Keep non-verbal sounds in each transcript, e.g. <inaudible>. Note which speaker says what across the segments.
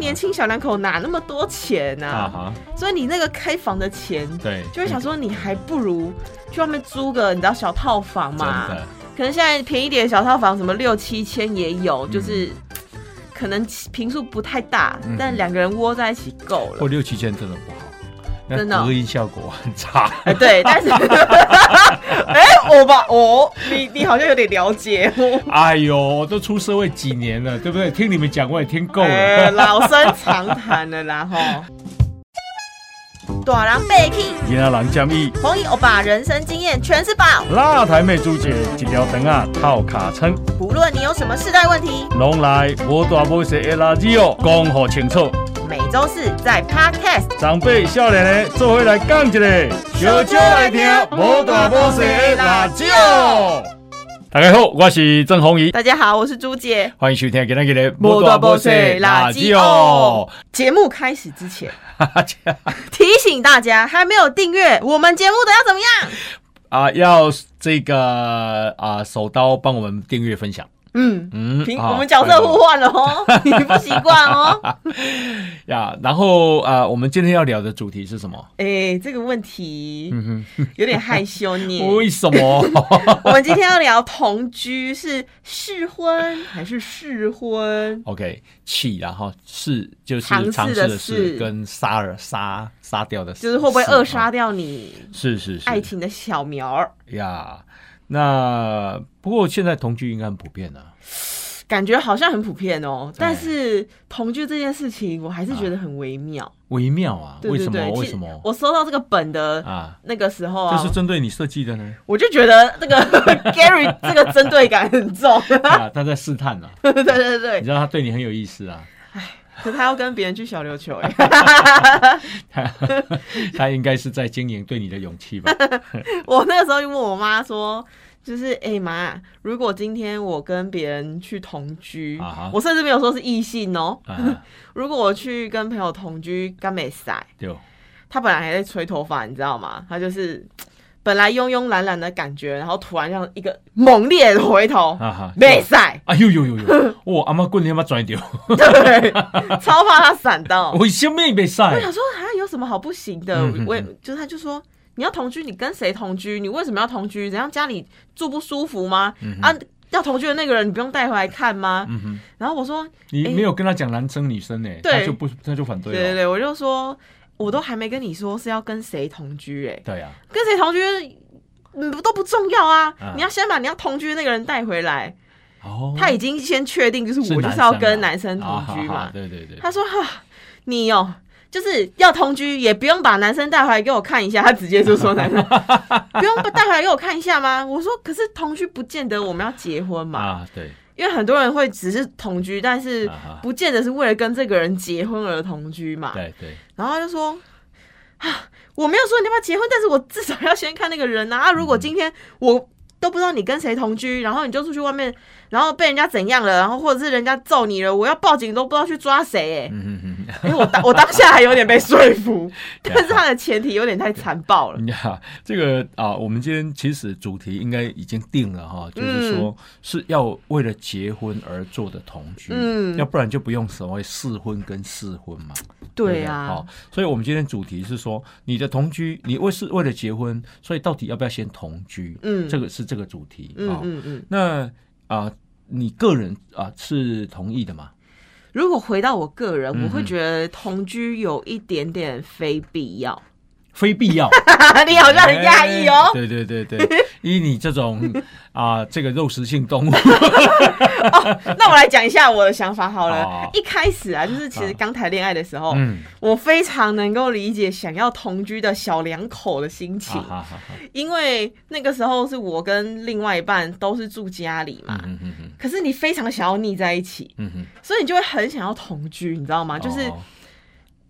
Speaker 1: 年轻小两口哪那么多钱呐、
Speaker 2: 啊哈，
Speaker 1: 所以你那个开房的钱，
Speaker 2: 对，
Speaker 1: 就会想说你还不如去外面租个你知道小套房
Speaker 2: 嗯
Speaker 1: 嘛
Speaker 2: 真，的
Speaker 1: 可能现在便宜点的小套房什么六七千也有，就是。可能平数不太大，
Speaker 2: 嗯
Speaker 1: 但两个人窝在一起够了
Speaker 2: 或。六七千真的不好，
Speaker 1: 真的
Speaker 2: 那
Speaker 1: 哦
Speaker 2: 隔音效果很差。 <laughs>
Speaker 1: 哎对，但是， <laughs> 哎、我吧，我你你好像有点了解我，
Speaker 2: 哎呦，我都出社会几年了，对不对？听你们讲我也听够了。
Speaker 1: 哎老生常谈了啦吼。大人被气，
Speaker 3: 今仔人建议，
Speaker 1: 红衣欧巴人生经验全是宝，
Speaker 3: 哪台妹主角一条肠啊套卡称，
Speaker 1: 不论你有什么世代问题，
Speaker 3: 拢来无大无小的垃圾哦，讲好清楚。
Speaker 1: 每周四在 Podcast。
Speaker 3: 长辈少年的做伙来讲一个，
Speaker 1: 小酒来听无大无小的辣椒。
Speaker 2: 哦
Speaker 3: 大家好，我是郑宏仪，
Speaker 1: 大家好，我是朱姐。
Speaker 3: 欢迎收听今天的
Speaker 1: 无大无小的辣
Speaker 2: 哦
Speaker 1: 椒。节目开始之前，
Speaker 2: <laughs>
Speaker 1: 提醒大家，还没有订阅我们节目的要怎么样？
Speaker 2: 啊，要这个啊，手刀帮我们订阅分享。
Speaker 1: 嗯，
Speaker 2: 嗯
Speaker 1: 平、
Speaker 2: 啊
Speaker 1: 我们角色互换了哦，你不习惯哦。 <laughs>
Speaker 2: 呀。然后啊，我们今天要聊的主题是
Speaker 1: <laughs>
Speaker 2: 什么？
Speaker 1: 哎、这个问题
Speaker 2: 嗯
Speaker 1: 有点害羞 <laughs> 你。
Speaker 2: 为什么 <laughs>
Speaker 1: 我们今天要聊同居是试婚还是试婚？
Speaker 2: ？OK，气然后是就是
Speaker 1: 尝试
Speaker 2: 尝试的
Speaker 1: 的
Speaker 2: 是
Speaker 1: 是
Speaker 2: 跟杀儿杀杀掉的是，
Speaker 1: 就是会不会扼杀
Speaker 2: 是？啊
Speaker 1: 掉你
Speaker 2: 是是是，
Speaker 1: 爱情的小苗儿？
Speaker 2: 呀。那不过现在同居应该很普遍啊。
Speaker 1: 感觉好像很普遍哦，但是同居这件事情，我还是觉得很微妙。
Speaker 2: 微妙啊，
Speaker 1: 对对对，
Speaker 2: 为什么？为
Speaker 1: 其实
Speaker 2: 什么？
Speaker 1: 我收到这个本的
Speaker 2: 啊，
Speaker 1: 那个时候
Speaker 2: 这
Speaker 1: 啊，
Speaker 2: 是针对你设计
Speaker 1: <laughs>
Speaker 2: 的呢？
Speaker 1: 我就觉得
Speaker 2: <laughs>
Speaker 1: 这个 Gary 这个针对感很重。 <laughs>
Speaker 2: 啊，他在试探啊，
Speaker 1: 对对
Speaker 2: 你
Speaker 1: 对，
Speaker 2: 知道他对你很有意思啊，
Speaker 1: 可他要跟别人去小琉球哎、
Speaker 2: <laughs> 他 <laughs> 他应该是在经营对你的勇
Speaker 1: <laughs>
Speaker 2: 气吧？
Speaker 1: 我那个时候就问我妈说。就是哎妈、如果今天我跟别人去同居
Speaker 2: 啊哈
Speaker 1: 我甚至没有说是异性哦。
Speaker 2: 啊，
Speaker 1: 如果我去跟朋友同居，干啊没塞，
Speaker 2: 对，哦
Speaker 1: 他本来还在吹头发，你知道吗？他就是本来慵慵懒懒的感觉，然后突然让一个猛烈的回头，
Speaker 2: 啊哈，
Speaker 1: 没
Speaker 2: <laughs>
Speaker 1: 晒，
Speaker 2: 哎呦呦呦呦，哇，阿妈棍你妈拽掉，
Speaker 1: <laughs> 对，超怕他闪
Speaker 2: <laughs>
Speaker 1: 到。
Speaker 2: 为什么被
Speaker 1: 我
Speaker 2: 晒？
Speaker 1: 想说，啊，有什么好不行的？
Speaker 2: 嗯嗯嗯
Speaker 1: 我也就是他就说。你要同居，你跟谁同居？你为什么要同居？怎样家里住不舒服吗？啊，要同居的那个人，你不用带回来看吗？
Speaker 2: 嗯哼，
Speaker 1: 然后我说，
Speaker 2: 你
Speaker 1: 哎
Speaker 2: 没有跟他讲男生女生呢，
Speaker 1: 对
Speaker 2: 他就不他就反
Speaker 1: 对对
Speaker 2: 对了，
Speaker 1: 对，我就说，我都还没跟你说是要跟谁同居、欸，
Speaker 2: 对啊呀，
Speaker 1: 跟谁同居，嗯，都不重要啊。
Speaker 2: 啊
Speaker 1: 你要先把你要同居的那个人带回来。
Speaker 2: 哦，
Speaker 1: 他已经先确定，就是
Speaker 2: 是啊
Speaker 1: 我就是要跟男生同居
Speaker 2: 啊啊啊
Speaker 1: 嘛。
Speaker 2: 对对对，
Speaker 1: 他说：“哈，你哦，就是要同居，也不用把男生带回来给我看一下。”他直接就说：“男
Speaker 2: <laughs>
Speaker 1: 生不用带回来给我看一下吗？”我说：“可是同居不见得我们要结婚嘛，
Speaker 2: 啊，对，
Speaker 1: 因为很多人会只是同居，但是
Speaker 2: 啊哈
Speaker 1: 不见得是为了跟这个人结婚而同居嘛。”
Speaker 2: 对对，
Speaker 1: 然后他就说：“啊，我没有说你要不要结婚，但是我至少要先看那个人啊。啊如果
Speaker 2: 嗯
Speaker 1: 今天我都不知道你跟谁同居，然后你就出去外面，然后被人家怎样了，然后或者是人家揍你了，我要报警都不知道去抓谁、
Speaker 2: <laughs>
Speaker 1: 欸。
Speaker 2: 嗯哼哼。
Speaker 1: 哎、我当我当下还有点被说
Speaker 2: <laughs>
Speaker 1: 服，但是他的前提有点太残暴了。
Speaker 2: 呀，这个啊，我们今天其实主题应该已经定了
Speaker 1: 嗯
Speaker 2: 哈，就是说是要为了结婚而做的同居，
Speaker 1: 嗯
Speaker 2: 要不然就不用所谓试婚跟试婚嘛，
Speaker 1: 对
Speaker 2: 好、
Speaker 1: 啊，
Speaker 2: 所以我们今天主题是说你的同居，你为是为了结婚，所以到底要不要先同居？
Speaker 1: 嗯
Speaker 2: 这个是这个主题
Speaker 1: 嗯
Speaker 2: 啊、
Speaker 1: 嗯嗯。
Speaker 2: 那啊、你个人啊、是同意的嘛？
Speaker 1: 如果回到我个人，我
Speaker 2: 嗯
Speaker 1: 会
Speaker 2: 嗯
Speaker 1: 觉得同居有一点点非必要。
Speaker 2: 嗯非必要，
Speaker 1: 你 <laughs> 好像很讶异哦。
Speaker 2: 哎对对对
Speaker 1: <laughs>
Speaker 2: 对，以你这种啊、这个肉食性
Speaker 1: <laughs>
Speaker 2: 动物，
Speaker 1: 那我来讲一下我的想法好了。
Speaker 2: 哎好
Speaker 1: 一开始啊，就是其实
Speaker 2: 好
Speaker 1: 刚谈恋爱的时候，
Speaker 2: 嗯，
Speaker 1: 我非常能够理解想要同居的小两口的心情，
Speaker 2: 好好好好，
Speaker 1: 因为那个时候是我跟另外一半都是住家里嘛。
Speaker 2: 嗯嗯嗯
Speaker 1: 可是你非常想要腻在一起，
Speaker 2: 嗯嗯。
Speaker 1: 所以你就会很想要同居，你知道吗？啊就是、
Speaker 2: 哦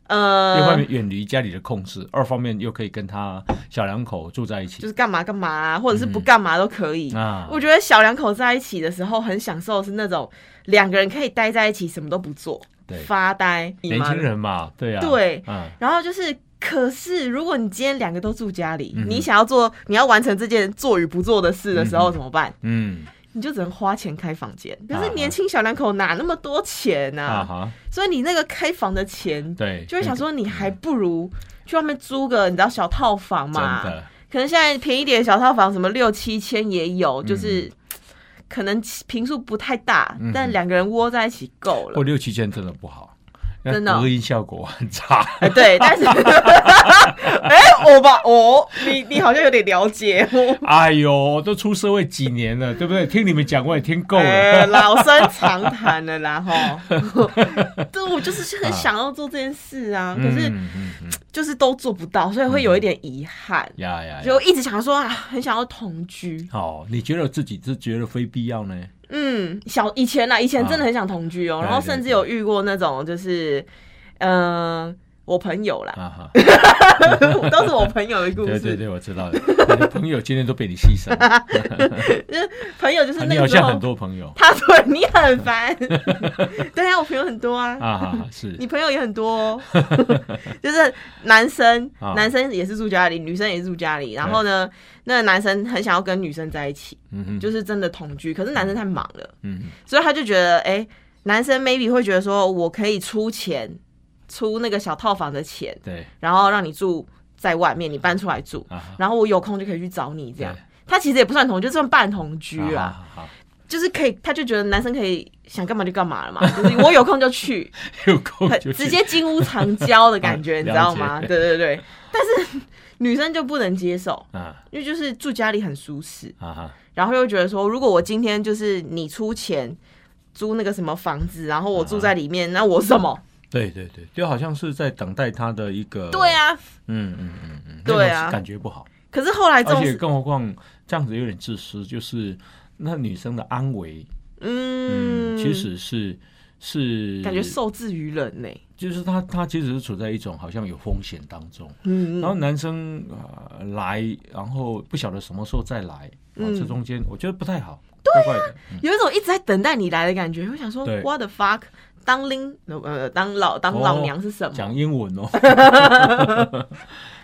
Speaker 2: 一方
Speaker 1: 呃
Speaker 2: 面，远离家里的控制，二方面又可以跟他小两口住在一起
Speaker 1: 就是干嘛干嘛、或者是不
Speaker 2: 嗯
Speaker 1: 干嘛都可以。
Speaker 2: 啊。
Speaker 1: 我觉得小两口在一起的时候，很享受的是那种两个人可以待在一起，什么都不做
Speaker 2: 对，
Speaker 1: 发呆。你
Speaker 2: 年
Speaker 1: 妈
Speaker 2: 轻人嘛，对啊，
Speaker 1: 对
Speaker 2: 嗯，
Speaker 1: 然后就是，可是如果你今天两个都住家里，
Speaker 2: 嗯哼
Speaker 1: 你想要做，你要完成这件做与不做的事的时候怎么办？
Speaker 2: 嗯
Speaker 1: 你就只能花钱开房间。可
Speaker 2: 啊
Speaker 1: 是
Speaker 2: 哈
Speaker 1: 年轻小两口哪那么多钱呐、
Speaker 2: 啊哈，
Speaker 1: 所以你那个开房的钱，
Speaker 2: 对，
Speaker 1: 就会想说你还不如去外面租个你知道小套房
Speaker 2: 真
Speaker 1: 嘛，
Speaker 2: 的，
Speaker 1: 可能现在便宜点的小套房，什么六七千也有，就是。可能平数不太大，
Speaker 2: 嗯
Speaker 1: 但两个人窝在一起够了
Speaker 2: 或。哦六七千真的不好，那
Speaker 1: 真的哦
Speaker 2: 隔音效果很差。 <laughs>
Speaker 1: 哎、对，但是，哎、我吧，我、你你好像有点了解我，
Speaker 2: 哎呦，都出社会几年了，对不对？听你们讲我也听够了。
Speaker 1: 哎老生常谈了啦哈。 <laughs> 对，我就是很想要做这件事啊，可是
Speaker 2: 啊嗯嗯嗯
Speaker 1: 就是都做不到，所以会有一点遗憾，
Speaker 2: 呀呀呀！
Speaker 1: 就一直想说啊，很想要同居。
Speaker 2: 哦，你觉得自己是觉得非必要呢？
Speaker 1: 嗯，小以前啦，以前真的很想同居哦、
Speaker 2: 啊
Speaker 1: 然后甚至有遇过那种就是，嗯、我朋友啦，
Speaker 2: 啊
Speaker 1: <laughs>
Speaker 2: 哈，
Speaker 1: 都是我朋友的故事。
Speaker 2: 啊对对对，我知道了。你的朋友今天都被你牺牲，
Speaker 1: <laughs> 朋友就是
Speaker 2: 啊你
Speaker 1: 那
Speaker 2: 好
Speaker 1: 个时
Speaker 2: 像
Speaker 1: 候
Speaker 2: 很，多朋友
Speaker 1: 他对你很
Speaker 2: <laughs>
Speaker 1: 烦。对啊，我朋友很多啊，<laughs>
Speaker 2: 啊哈，是
Speaker 1: 你朋友也很多、
Speaker 2: <laughs>
Speaker 1: 哦，就是男生，
Speaker 2: 啊
Speaker 1: 男生也是住家里，女生也是住家里。然后呢，那男生很想要跟女生在一起，
Speaker 2: 嗯哼，
Speaker 1: 就是真的同居，可是男生太忙了。
Speaker 2: 嗯哼
Speaker 1: 所以他就觉得，哎、男生 maybe 会觉得说，我可以出钱，出那个小套房的钱，
Speaker 2: 对
Speaker 1: 然后让你住在外面，你搬出来住，
Speaker 2: 啊哈，
Speaker 1: 然后我有空就可以去找你这样
Speaker 2: 对。
Speaker 1: 他其实也不算同居，就算半同居啦，
Speaker 2: 啊哈，啊哈 <laughs>
Speaker 1: 就是可以，他就觉得男生可以想干嘛就干嘛
Speaker 2: <laughs>
Speaker 1: 了嘛，就是我有空就去，
Speaker 2: 有空
Speaker 1: 很
Speaker 2: 就去
Speaker 1: 直接金屋藏娇的感
Speaker 2: <laughs>
Speaker 1: 觉，
Speaker 2: 啊
Speaker 1: 你知道吗？
Speaker 2: 了解
Speaker 1: 对对对，但是女生就不能接受，
Speaker 2: 啊
Speaker 1: 因为就是住家里很舒适，
Speaker 2: 啊哈，
Speaker 1: 然后又觉得说，如果我今天就是你出钱租那个什么房子，然后我住在里面，
Speaker 2: 啊
Speaker 1: 那我什么？
Speaker 2: 对对对，就好像是在等待他的一个
Speaker 1: 对，啊。
Speaker 2: 嗯嗯嗯嗯，
Speaker 1: 对啊
Speaker 2: 那种感觉不好。
Speaker 1: 可是后来这
Speaker 2: 而
Speaker 1: 种
Speaker 2: 且
Speaker 1: 事，
Speaker 2: 更何况这样子有点自私，就是那女生的安危，
Speaker 1: 嗯，
Speaker 2: 嗯，其实是是
Speaker 1: 感觉受制于人呢、
Speaker 2: 就是她她其实是处在一种好像有风险当中，
Speaker 1: 嗯，
Speaker 2: 然后男生呃来，然后不晓得什么时候再来，啊
Speaker 1: 嗯，啊
Speaker 2: 这中间我觉得不太好，怪怪的，嗯
Speaker 1: 有一种一直在等待你来的感觉，会想说
Speaker 2: 对哦
Speaker 1: what the fuck，当拎呃当老当老娘是什么？
Speaker 2: 讲英
Speaker 1: <laughs>
Speaker 2: 文哦， <laughs>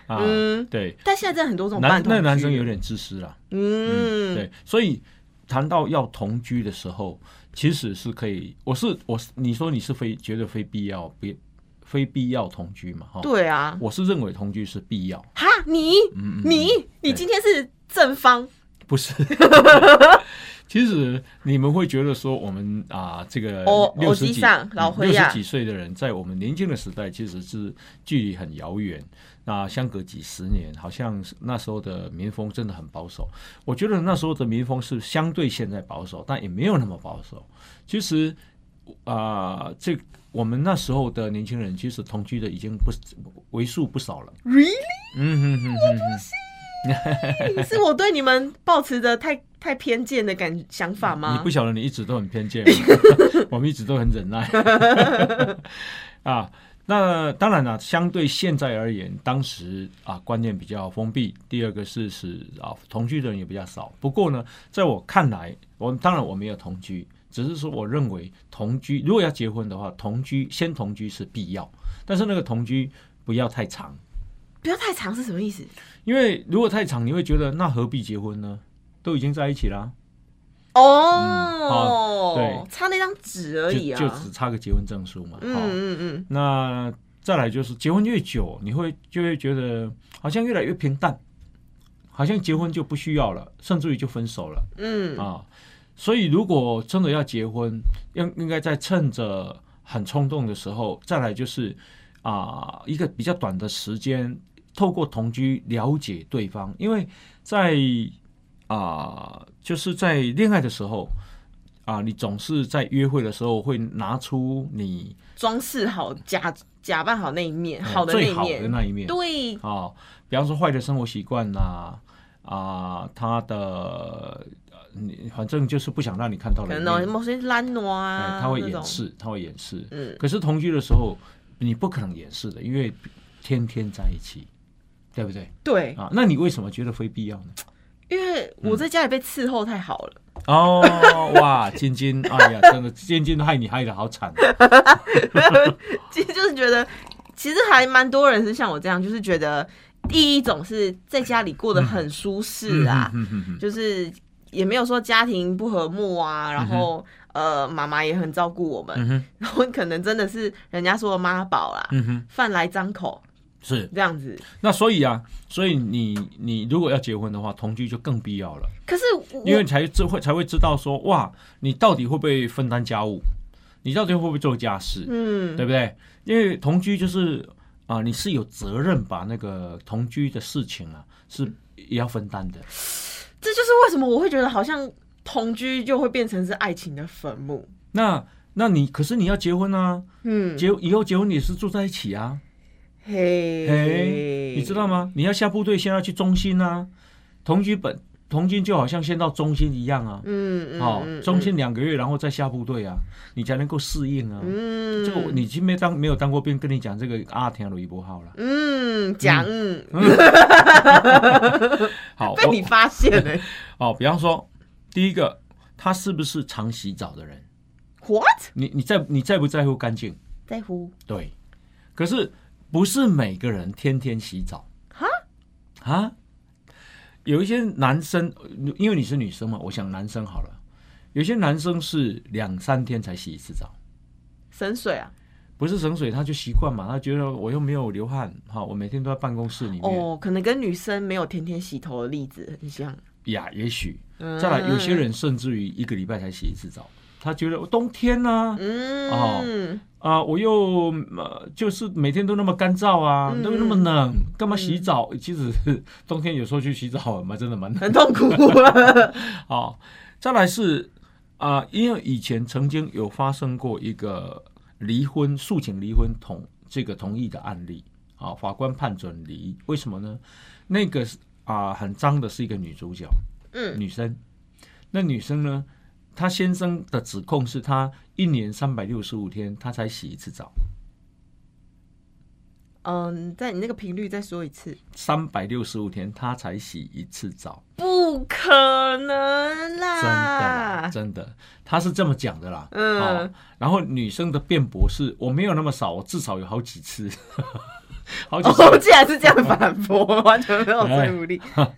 Speaker 2: 啊，
Speaker 1: 嗯，
Speaker 2: 对，
Speaker 1: 但现在真的很多这种
Speaker 2: 男
Speaker 1: 半同
Speaker 2: 那
Speaker 1: 居
Speaker 2: 男生有点自私啦，
Speaker 1: 嗯，
Speaker 2: 对，所以谈到要同居的时候，其实是可以，我是我是，你说你是非觉得非必要，别非必要同居嘛，哈，
Speaker 1: 对啊，
Speaker 2: 我是认为同居是必要，
Speaker 1: 哈你
Speaker 2: 嗯嗯，
Speaker 1: 你你今天是正方，
Speaker 2: 不 <laughs> 是。其实你们会觉得说，我们啊、这个
Speaker 1: 偶
Speaker 2: 六十
Speaker 1: 偶机
Speaker 2: 几、
Speaker 1: 上老灰
Speaker 2: 六
Speaker 1: 呀
Speaker 2: 十几岁的人，在我们年轻的时代，其实是距离很遥远，那、相隔几十年，好像是那时候的民风真的很保守。我觉得那时候的民风是相对现在保守，但也没有那么保守。其实啊、这我们那时候的年轻人，其实同居的已经不为数不少了。 <laughs>
Speaker 1: really
Speaker 2: 嗯哼哼哼哼。
Speaker 1: 是我对你们抱持着太太偏见的感想法吗？
Speaker 2: 嗯你不晓得你一直都很
Speaker 1: <laughs>
Speaker 2: 偏见， <laughs> 我们一直都很忍耐啊。那当然了、相对现在而言，当时啊观念比较封闭。第二个是使啊同居的人也比较少。不过呢，在我看来，我当然我没有同居，只是说我认为同居如果要结婚的话，同居先同居是必要，但是那个同居不要太长，
Speaker 1: 不要太长是什么意思？
Speaker 2: 因为如果太长，你会觉得那何必结婚呢？都已经在一起啦、
Speaker 1: 哦，
Speaker 2: 嗯好，
Speaker 1: 差那张纸而
Speaker 2: 就
Speaker 1: 已啊。
Speaker 2: 就只差个结婚证书嘛。
Speaker 1: 嗯
Speaker 2: 哦
Speaker 1: 嗯嗯，
Speaker 2: 那再来就是结婚越久，你会就会觉得好像越来越平淡，好像结婚就不需要了，甚至于就分手了、
Speaker 1: 嗯
Speaker 2: 啊。所以如果真的要结婚，应应该在趁着很冲动的时候，再来就是啊、一个比较短的时间，透过同居了解对方，因为在啊、就是在恋爱的时候。啊，你总是在约会的时候会拿出你
Speaker 1: 装饰好，假假扮好那一面，
Speaker 2: 呃
Speaker 1: 好的那
Speaker 2: 最
Speaker 1: 一
Speaker 2: 好的
Speaker 1: 面，
Speaker 2: 那一面。
Speaker 1: 对，
Speaker 2: 啊、比方说坏的生活习惯啦，啊，他的呃你反正就是不想让你看到
Speaker 1: 可
Speaker 2: 的一
Speaker 1: 能
Speaker 2: 面，
Speaker 1: 哦某些懒惰啊
Speaker 2: 哎，他会
Speaker 1: 那
Speaker 2: 掩
Speaker 1: 种，
Speaker 2: 饰，他会掩饰。
Speaker 1: 嗯，
Speaker 2: 可是同居的时候，你不可能掩饰的，因为天天在一起，对不对
Speaker 1: 对，
Speaker 2: 啊？那你为什么觉得非必要呢？
Speaker 1: 因为我在家里被伺候太好了，
Speaker 2: 哦， <laughs> 哇，晶晶，哎呀，真的，晶晶害你害得好惨。啊
Speaker 1: <laughs> 其实就是觉得，其实还蛮多人是像我这样，就是 <laughs> 觉得第一种是在家里过得很舒适啊，
Speaker 2: 嗯嗯哼哼哼
Speaker 1: 就是。也没有说家庭不和睦啊，然后、呃，妈妈也很照顾我们，
Speaker 2: <laughs> 嗯哼，
Speaker 1: 然后可能真的是人家说的妈宝啦，
Speaker 2: 嗯哼，
Speaker 1: 饭来张口
Speaker 2: 是。
Speaker 1: 这样子。
Speaker 2: 那所以啊，所以你你如果要结婚的话，同居就更必要了，
Speaker 1: 可是我
Speaker 2: 因为才知会才会知道说，哇，你到底会不会分担家务，你到底会不会做家事，
Speaker 1: 嗯，
Speaker 2: 对不对？因为同居就是啊、你是有责任把那个同居的事情啊，是也要分担的。
Speaker 1: 这就是为什么我会觉得好像同居就会变成是爱情的坟墓。
Speaker 2: 那那你可是你要结婚啊，
Speaker 1: 嗯，
Speaker 2: 结以后结婚也是住在一起啊，
Speaker 1: 嘿，
Speaker 2: 嘿，你知道吗？你要下部队，先要去中心啊，同居本同居就好像先到中心一样啊，
Speaker 1: 嗯？嗯，
Speaker 2: 哦，
Speaker 1: 嗯
Speaker 2: 中心两个月，然后再下部队啊，你才能够适应啊。
Speaker 1: 嗯，
Speaker 2: 这个我你今没当没有当过兵，跟你讲这个阿田鲁一波号了。
Speaker 1: 嗯讲嗯
Speaker 2: 好，
Speaker 1: 哎被你
Speaker 2: 我
Speaker 1: 发现了、欸、
Speaker 2: 哦，比方说第一个，他是不是常洗澡的人？
Speaker 1: <laughs> 嗯，what
Speaker 2: 你你在你在不在乎干净？
Speaker 1: 在乎
Speaker 2: 对，可是不是每个人天天洗澡
Speaker 1: 哈
Speaker 2: 啊？有一些男生，呃因为你是女生嘛，我想男生好了，有些男生是两三天才洗一次澡，
Speaker 1: 省水啊？
Speaker 2: 不是省水他就习惯嘛，他觉得我又没有流汗，哈，我每天都在办公室里面
Speaker 1: 哦，可能跟女生没有天天洗头的例子很像。
Speaker 2: 呀，也许
Speaker 1: 嗯
Speaker 2: 再来，有些，人甚至于一个礼拜才洗一次澡，他觉得冬天呢、啊，
Speaker 1: 嗯，
Speaker 2: 哦啊，我又呃，就是每天都那么干燥啊，
Speaker 1: 嗯
Speaker 2: 都那么冷，干嘛洗澡？其实 <laughs> 冬天有时候去洗澡啊蛮真的蛮难
Speaker 1: 很痛苦啊。
Speaker 2: <laughs> 哦。再来是啊、因为以前曾经有发生过一个离婚诉请离婚同这个同意的案例啊、法官判准离，为什么呢？那个啊、很脏的是一个女主角，
Speaker 1: 嗯
Speaker 2: 女生，那女生呢，她先生的指控是她一年三百六十五天她才洗一次澡。
Speaker 1: 嗯，在你那个频率再说一次，
Speaker 2: 三百六十五天，他才洗一次澡，
Speaker 1: 不可能
Speaker 2: 真的啦，
Speaker 1: 啦！
Speaker 2: 真的，他是这么讲的啦。
Speaker 1: 啊嗯
Speaker 2: 哦，然后女生的辩驳是我没有那么少，我至少有好几次，好几次，
Speaker 1: 哦，竟然是这样反驳，完全没有说服力。
Speaker 2: 哎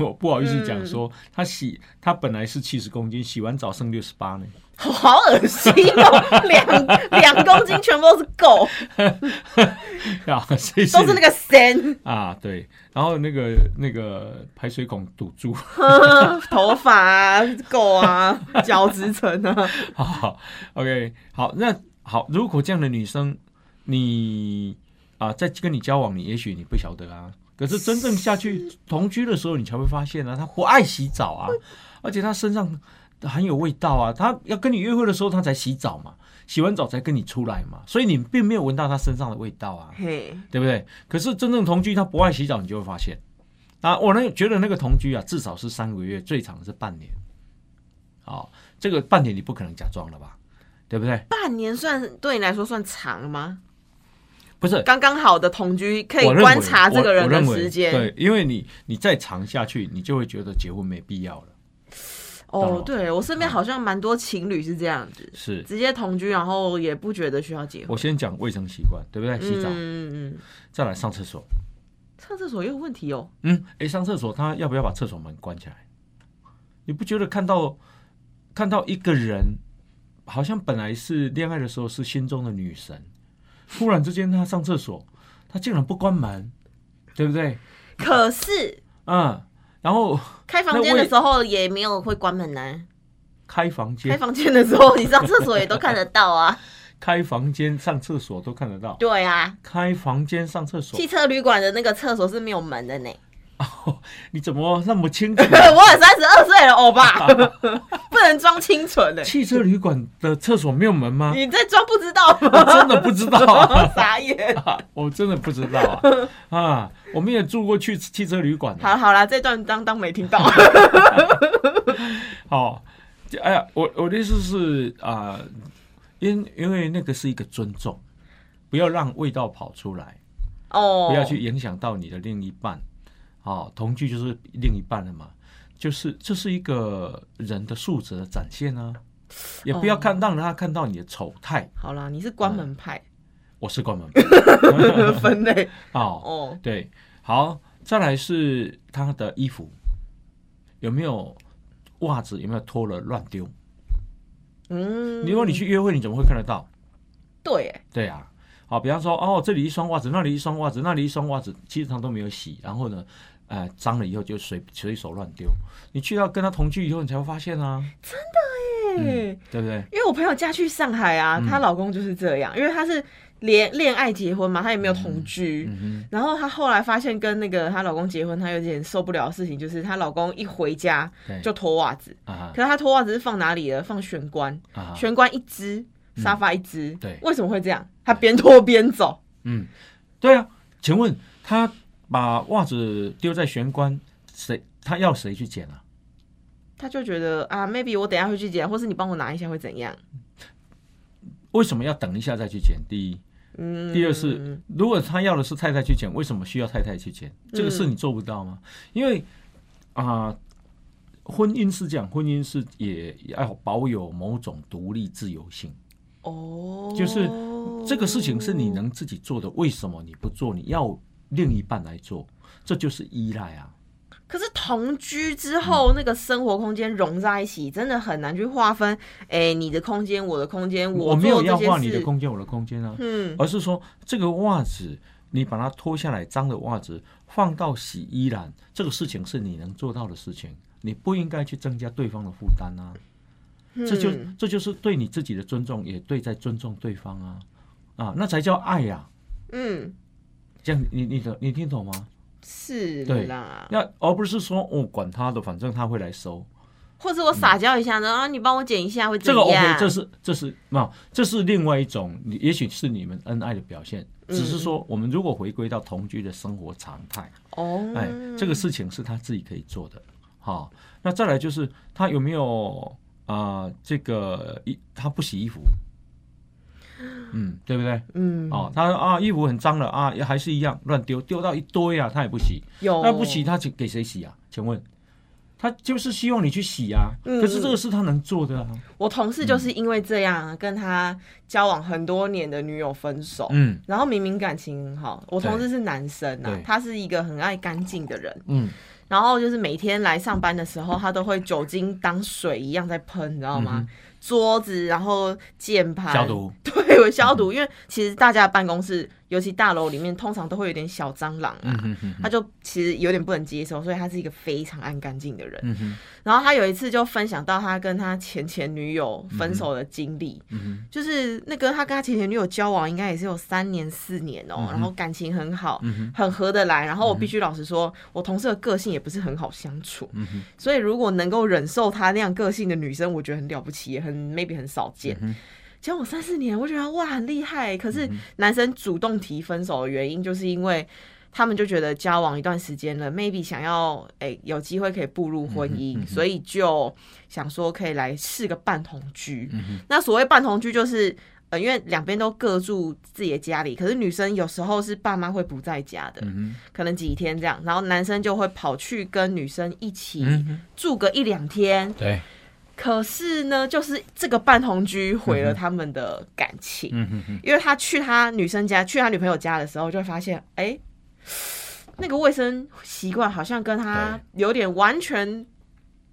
Speaker 2: 我不好意思讲说，
Speaker 1: 嗯
Speaker 2: 他洗，他本来是七十公斤，洗完澡剩六十八
Speaker 1: <laughs>
Speaker 2: 呢。
Speaker 1: 好恶心哦，两两公斤全部都是
Speaker 2: <laughs>
Speaker 1: 狗，
Speaker 2: 啊，所以
Speaker 1: 都是那个神
Speaker 2: 啊，对，然后那个那个排水孔堵住，
Speaker 1: <laughs> 头发啊、狗啊、脚趾层啊，
Speaker 2: <laughs> 好好，OK，好，那好，如果这样的女生，你啊，在跟你交往，你也许你不晓得啊，可是真正下去同居的时候，你才会发现啊，她不爱洗澡啊， <laughs> 而且她身上很有味道啊，她要跟你约会的时候，她才洗澡嘛，洗完澡才跟你出来嘛，所以你并没有闻到她身上的味道啊，
Speaker 1: 嘿，
Speaker 2: 对不对？可是真正同居，她不爱洗澡，你就会发现。啊，我呢觉得那个同居啊，至少是三个月，最长是半年。哦，这个半年你不可能假装了吧？对不对？
Speaker 1: 半年算对你来说算长吗？
Speaker 2: 不是，
Speaker 1: 刚刚好的同居可以
Speaker 2: 我认为
Speaker 1: 观察这个人
Speaker 2: 我我
Speaker 1: 的
Speaker 2: 认为
Speaker 1: 时间。
Speaker 2: 对，因为你你再长下去，你就会觉得结婚没必要了。懂
Speaker 1: 哦
Speaker 2: 了，
Speaker 1: 对我身边好像蛮多情侣是这样子，
Speaker 2: 嗯是
Speaker 1: 直接同居，然后也不觉得需要结婚。
Speaker 2: 我先讲卫生习惯，对不对？洗澡，
Speaker 1: 嗯嗯嗯，
Speaker 2: 再来上厕所。
Speaker 1: 上厕所也有问题哦。
Speaker 2: 嗯，诶，上厕所他要不要把厕所门关起来？你不觉得看到看到一个人，好像本来是恋爱的时候是心中的女神，忽然之间他上厕所，他竟然不关门，对不对？
Speaker 1: 可是
Speaker 2: 嗯，然后
Speaker 1: 开房间的时候也没有会关门呢、啊
Speaker 2: 开房
Speaker 1: 开
Speaker 2: 间，
Speaker 1: 房间的时候你上厕所也都看得到
Speaker 2: <laughs>
Speaker 1: 啊。
Speaker 2: 开房间上厕所都看得到，
Speaker 1: 对啊，
Speaker 2: 开房间上厕所
Speaker 1: 汽，车旅馆的那个厕所是没有门的呢。？
Speaker 2: 你怎么那么清楚
Speaker 1: <laughs> 我也三十二岁了，欧巴， <laughs> 不能装清纯的、
Speaker 2: 汽车旅馆的厕所没有门吗？
Speaker 1: 你在装不知道
Speaker 2: <laughs> 我
Speaker 1: 吗？
Speaker 2: 真的不知道、啊。
Speaker 1: 傻眼。
Speaker 2: 啊， <laughs> 我真的不知道
Speaker 1: <laughs>
Speaker 2: 啊啊！我们也住过去汽车旅馆
Speaker 1: 好
Speaker 2: 的，
Speaker 1: 了好了，这段当当没听
Speaker 2: <laughs>
Speaker 1: 到。
Speaker 2: 哦，就哎呀，我我的意思是啊、因因为那个是一个尊重，不要让味道跑出来，
Speaker 1: 哦，
Speaker 2: 不要去影响到你的另一半，哦，同居就是另一半了嘛，就是这是一个人的素质的展现啊，也不要
Speaker 1: 哦
Speaker 2: 看、让他看到你的丑态，
Speaker 1: 好啦，你是关门派
Speaker 2: 我是关门
Speaker 1: <laughs>
Speaker 2: <laughs>
Speaker 1: 分类
Speaker 2: 哦，
Speaker 1: 哦，
Speaker 2: 对，好，再来是他的衣服有没有袜子有没有脱了乱丢。
Speaker 1: 嗯，
Speaker 2: 如果你去约会，你怎么会看得到？
Speaker 1: 对欸耶，
Speaker 2: 对啊，好，比方说哦，这里一双袜子，那里一双袜子，那里一双袜子，基本上都没有洗，然后呢，呃，脏了以后就随随手乱丢。你去到跟他同居以后，你才会发现啊，
Speaker 1: 对
Speaker 2: 嗯，对不对？
Speaker 1: 因为我朋友家去上海啊，她、老公就是这样，因为她是恋恋爱结婚嘛，她也没有同居。
Speaker 2: 嗯
Speaker 1: 然后她后来发现跟那个她老公结婚，她有点受不了的事情，就是她老公一回家
Speaker 2: 对
Speaker 1: 就脱袜子，
Speaker 2: 哼，啊
Speaker 1: 可是她脱袜子是放哪里了？放玄关，
Speaker 2: 啊，嗯
Speaker 1: 玄关一只，沙发一只。
Speaker 2: 对
Speaker 1: 为什么会这样？她边脱边走，
Speaker 2: 嗯，对啊，请问他把袜子丢在玄关，谁他要谁去捡啊？
Speaker 1: 她就觉得啊，maybe 我等一下会去捡，或是你帮我拿一下会怎样？
Speaker 2: 为什么要等一下再去捡？第一，
Speaker 1: 嗯，嗯
Speaker 2: 第二是，如果他要的是太太去捡，为什么需要太太去捡？这个事你做不到吗？因为啊、婚姻是这样，婚姻是也要保有某种独立自由性。
Speaker 1: 哦，
Speaker 2: 就是这个事情是你能自己做的，为什么你不做？你要另一半来做，这就是依赖啊。
Speaker 1: 可是同居之
Speaker 2: 嗯
Speaker 1: 后，那个生活空间融在一起，真的很难去划分。哎、你的空间，我的空间，
Speaker 2: 我没
Speaker 1: 做
Speaker 2: 有
Speaker 1: 这
Speaker 2: 要
Speaker 1: 些
Speaker 2: 画
Speaker 1: 事
Speaker 2: 你的空间，我的空间啊，
Speaker 1: 嗯，
Speaker 2: 而是说这个袜子。你把它脱下来，脏的袜子放到洗衣篮，这个事情是你能做到的事情，你不应该去增加对方的负担啊。这就
Speaker 1: 嗯
Speaker 2: 这就是对你自己的尊重，也对在尊重对方啊，啊，那才叫爱呀、
Speaker 1: 嗯
Speaker 2: 这样你你的你听懂吗？
Speaker 1: 是
Speaker 2: 对
Speaker 1: 啦，
Speaker 2: 要而不是说我、哦、管他的，反正他会来收，
Speaker 1: 嗯或者我撒娇一下呢，啊，你帮我剪一下会怎
Speaker 2: 这个
Speaker 1: 样？
Speaker 2: OK，这是这是那、这是另外一种，你也许是你们恩爱的表现，只是说我们如果回归到同居的生活常态，
Speaker 1: 哦，
Speaker 2: 哎，这个事情是他自己可以做的。好、那再来就是他有没有啊、呃这个衣他不洗衣服，嗯，对不对？
Speaker 1: 嗯，
Speaker 2: 哦，他啊衣服很脏了啊，还是一样乱丢，丢到一堆啊，他也不洗，
Speaker 1: 有
Speaker 2: 那不洗，他给谁洗啊？请问，他就是希望你去洗啊，
Speaker 1: 嗯
Speaker 2: 可是这个是他能做的啊，
Speaker 1: 我同事就是因为这样、啊跟他交往很多年的女友分手。
Speaker 2: 嗯
Speaker 1: 然后明明感情很好，我同事是男生啊
Speaker 2: 对，
Speaker 1: 他是一个很爱干净的人，
Speaker 2: 嗯，
Speaker 1: 然后就是每天来上班的时候，他都会酒精当水一样在喷，你知道吗？桌子，然后键盘
Speaker 2: 嗯消，毒，嗯
Speaker 1: 对，我消毒，因为其实大家的办公室，尤其大楼里面，通常都会有点小蟑螂啊，
Speaker 2: 嗯哼
Speaker 1: 他就其实有点不能接受，所以他是一个非常爱干净的人。
Speaker 2: 嗯哼，
Speaker 1: 然后他有一次就分享到他跟他前前女友分手的经历，
Speaker 2: 嗯
Speaker 1: 就是那个他跟他前前女友交往应该也是有三年四年哦、然后感情很好，
Speaker 2: 嗯
Speaker 1: 很合得来。然后我必须老实说，我同事的个性也不是很好相处，
Speaker 2: 嗯哼
Speaker 1: 所以如果能够忍受他那样个性的女生，我觉得很了不起，也很 maybe 很少见。
Speaker 2: 嗯
Speaker 1: 交往三四年，我觉得哇很厉害。可是男生主动提分手的原因，就是因为他们就觉得交往一段时间了，maybe 想要哎、有机会可以步入
Speaker 2: 嗯
Speaker 1: 婚姻，所以就想说可以来试个半同居。
Speaker 2: 嗯
Speaker 1: 那所谓半同居就是。呃，因为两边都各住自己的家里，可是女生有时候是爸妈会不在家的，
Speaker 2: 嗯
Speaker 1: 可能几天这样，然后男生就会跑去跟女生一起
Speaker 2: 嗯哼
Speaker 1: 住个一两天。
Speaker 2: 对，
Speaker 1: 可是呢，就是这个半同居毁了他们的感情。
Speaker 2: 嗯哼哼，
Speaker 1: 因为他去他女生家、去他女朋友家的时候，就会发现，哎、那个卫生习惯好像跟他有点完全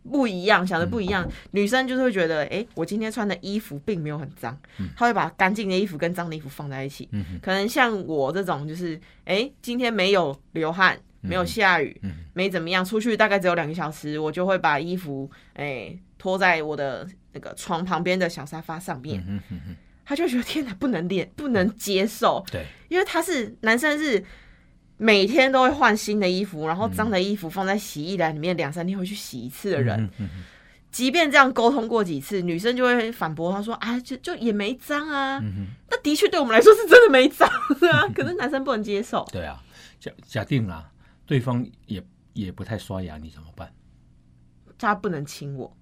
Speaker 1: 不一样，想的不一样。女生就是会觉得，哎、我今天穿的衣服并没有很脏，她会把干净的衣服跟脏的衣服放在一起。
Speaker 2: 嗯哼
Speaker 1: 可能像我这种，就是哎、今天没有流汗。没有下雨，
Speaker 2: 嗯
Speaker 1: 没怎么样。出去大概只有两个小时，我就会把衣服哎拖在我的那个床旁边的小沙发上面，
Speaker 2: 嗯哼哼，
Speaker 1: 他就觉得天哪，不能练，不能接受，
Speaker 2: 对，
Speaker 1: 因为他是男生是每天都会换新的衣服，
Speaker 2: 嗯
Speaker 1: 然后脏的衣服放在洗衣篮里面两三天会去洗一次的人。
Speaker 2: 嗯哼哼
Speaker 1: 即便这样沟通过几次，女生就会反驳他说：“啊，就就也没脏啊。
Speaker 2: 嗯
Speaker 1: 那的确对我们来说是真的没脏啊，可是男生不能接受。
Speaker 2: 对啊，假假定啦，对方也也不太刷牙，你怎么办？
Speaker 1: 他不能亲我，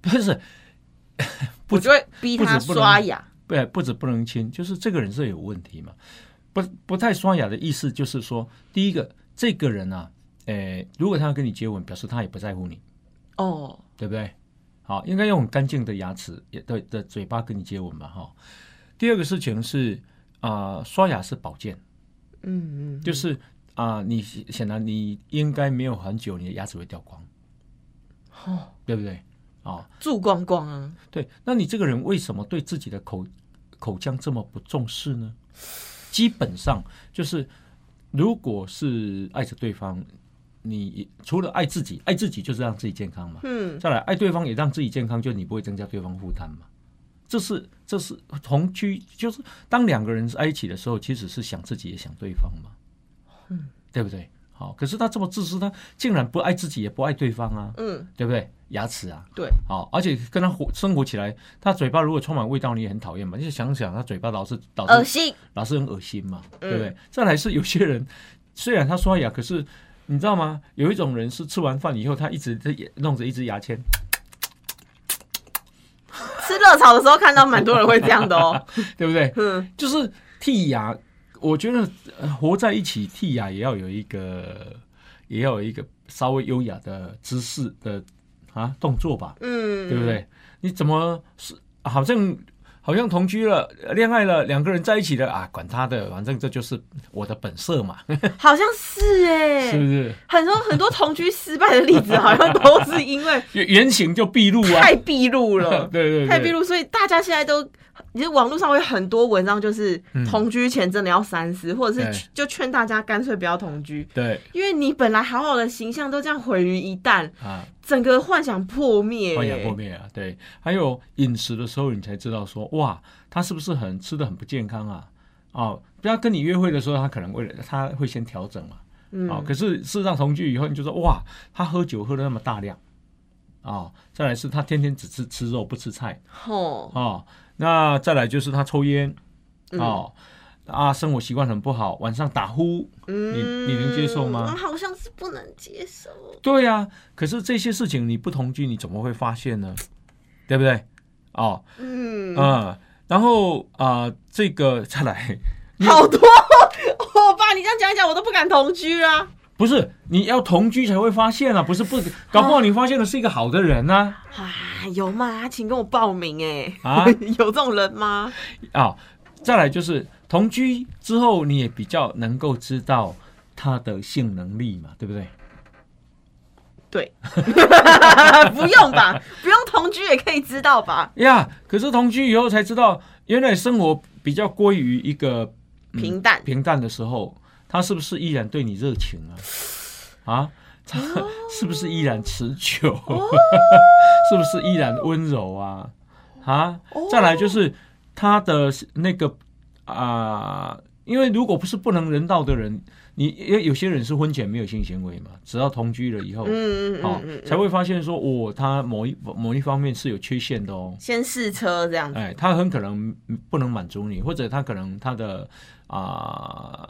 Speaker 2: 不是，不
Speaker 1: 我就会逼
Speaker 2: 不
Speaker 1: 他
Speaker 2: 止不能
Speaker 1: 刷牙。
Speaker 2: 不不止不能亲，就是这个人是有问题嘛。不不太刷牙的意思就是说，第一个，这个人啊，诶，如果他要跟你接吻，表示他也不在乎你，
Speaker 1: 哦，
Speaker 2: 对不对？好，应该用很干净的牙齿也对的嘴巴跟你接吻嘛，哈。第二个事情是啊、刷牙是保健，
Speaker 1: 嗯嗯，
Speaker 2: 就是啊、你显然你应该没有很久，你的牙齿会掉光。
Speaker 1: 哦，
Speaker 2: 对不对？啊，
Speaker 1: 住光光啊，
Speaker 2: 对，那你这个人为什么对自己的口口腔这么不重视呢？基本上就是，如果是爱着对方，你除了爱自己，爱自己就是让自己健康嘛。
Speaker 1: 嗯，
Speaker 2: 再来爱对方也让自己健康，就你不会增加对方负担嘛。这是这是同居，就是当两个人在一起的时候，其实是想自己也想对方嘛，嗯，对不对？好，可是他这么自私，他竟然不爱自己也不爱对方啊，
Speaker 1: 嗯，
Speaker 2: 对不对？牙齿啊，
Speaker 1: 对，
Speaker 2: 好，而且跟他活生活起来，他嘴巴如果充满味道，你也很讨厌嘛。你就想想，他嘴巴老是老哦是
Speaker 1: 恶心，
Speaker 2: 老是很恶心嘛，
Speaker 1: 嗯
Speaker 2: 对不对？再来是有些人，虽然他刷牙，可是你知道吗？有一种人是吃完饭以后，他一直在弄着一支牙签，
Speaker 1: 吃热炒的时候看到蛮多人会这样的
Speaker 2: <laughs>
Speaker 1: 哦，
Speaker 2: 对不对？
Speaker 1: 嗯，
Speaker 2: 就是剔牙，我觉得、呃活在一起剔牙也要有一个，也要有一个稍微优雅的姿势的啊动作吧，
Speaker 1: 嗯，
Speaker 2: 对不？对？你怎么是好像？好像同居了、呃恋爱了，两个人在一起了啊，管他的，反正这就是我的本色嘛，
Speaker 1: 好像是哎、
Speaker 2: 是不是？
Speaker 1: 很多很多同居失败的例子，好像都是因
Speaker 2: <laughs>
Speaker 1: 为
Speaker 2: 原原型就毕露啊，
Speaker 1: 太闭路了，
Speaker 2: <laughs> 对对对，
Speaker 1: 太闭路，所以大家现在都，其实网络上会很多文章，就是
Speaker 2: 嗯
Speaker 1: 同居前真的要三思，或者
Speaker 2: 对
Speaker 1: 是就劝大家干脆不要同居，
Speaker 2: 对
Speaker 1: 因为你本来好好的形象都这样毁于一旦，
Speaker 2: 啊，
Speaker 1: 整个幻想破灭，
Speaker 2: 欢迎后面啊，对，还有饮食的时候，你才知道说，哇，他是不是很吃的很不健康啊？哦，不要跟你约会的时候，他可能为了他会先调整嘛，
Speaker 1: 嗯，
Speaker 2: 哦，可是事实上同居以后，你就说哇，他喝酒喝的那么大量，哦，再来是他天天只吃吃肉不吃菜，
Speaker 1: 吼，
Speaker 2: 哦，那再来就是他抽烟，
Speaker 1: 嗯
Speaker 2: 哦，啊，生活习惯很不好，晚上打呼，
Speaker 1: 嗯
Speaker 2: 你能接受吗
Speaker 1: 我嗯好像是不能接受，
Speaker 2: 对呀、可是这些事情你不同居，你怎么会发现呢？对不对？哦，
Speaker 1: 嗯，
Speaker 2: 嗯，然后啊、呃这个 <laughs> 再来，你
Speaker 1: 好多，我爸，你这样讲一讲，我都不敢同居啊，
Speaker 2: 不是你要同居才会发现啊，不是不，搞不好你发现的是一个好的人呢
Speaker 1: 啊，有吗？请跟我报名哎、
Speaker 2: 啊
Speaker 1: <laughs> 有这种人吗？ <laughs>
Speaker 2: 啊、再来就是同居之后，你也比较能够知道他的性能力嘛，对不对？
Speaker 1: 对，不用
Speaker 2: <laughs>
Speaker 1: 吧，不用同居也可以知道吧？
Speaker 2: 呀、可是同居以后才知道，原来生活比较归于一个
Speaker 1: 平淡
Speaker 2: 嗯平淡的时候，他是不是依然对你热情啊？啊，他
Speaker 1: 哦
Speaker 2: 是不是依然持久？ <laughs> 是不是依然温柔啊？啊，
Speaker 1: 哦
Speaker 2: 再来就是他的那个啊、因为如果不是不能人道的人，你因为有些人是婚前没有性行为嘛，只要同居了以后，
Speaker 1: 嗯嗯
Speaker 2: 哦
Speaker 1: 嗯，嗯，
Speaker 2: 才会发现说，哦，他某一某一方面是有缺陷的哦。
Speaker 1: 先试车这样子，
Speaker 2: 哎，他很可能不能满足你，或者他可能他的啊、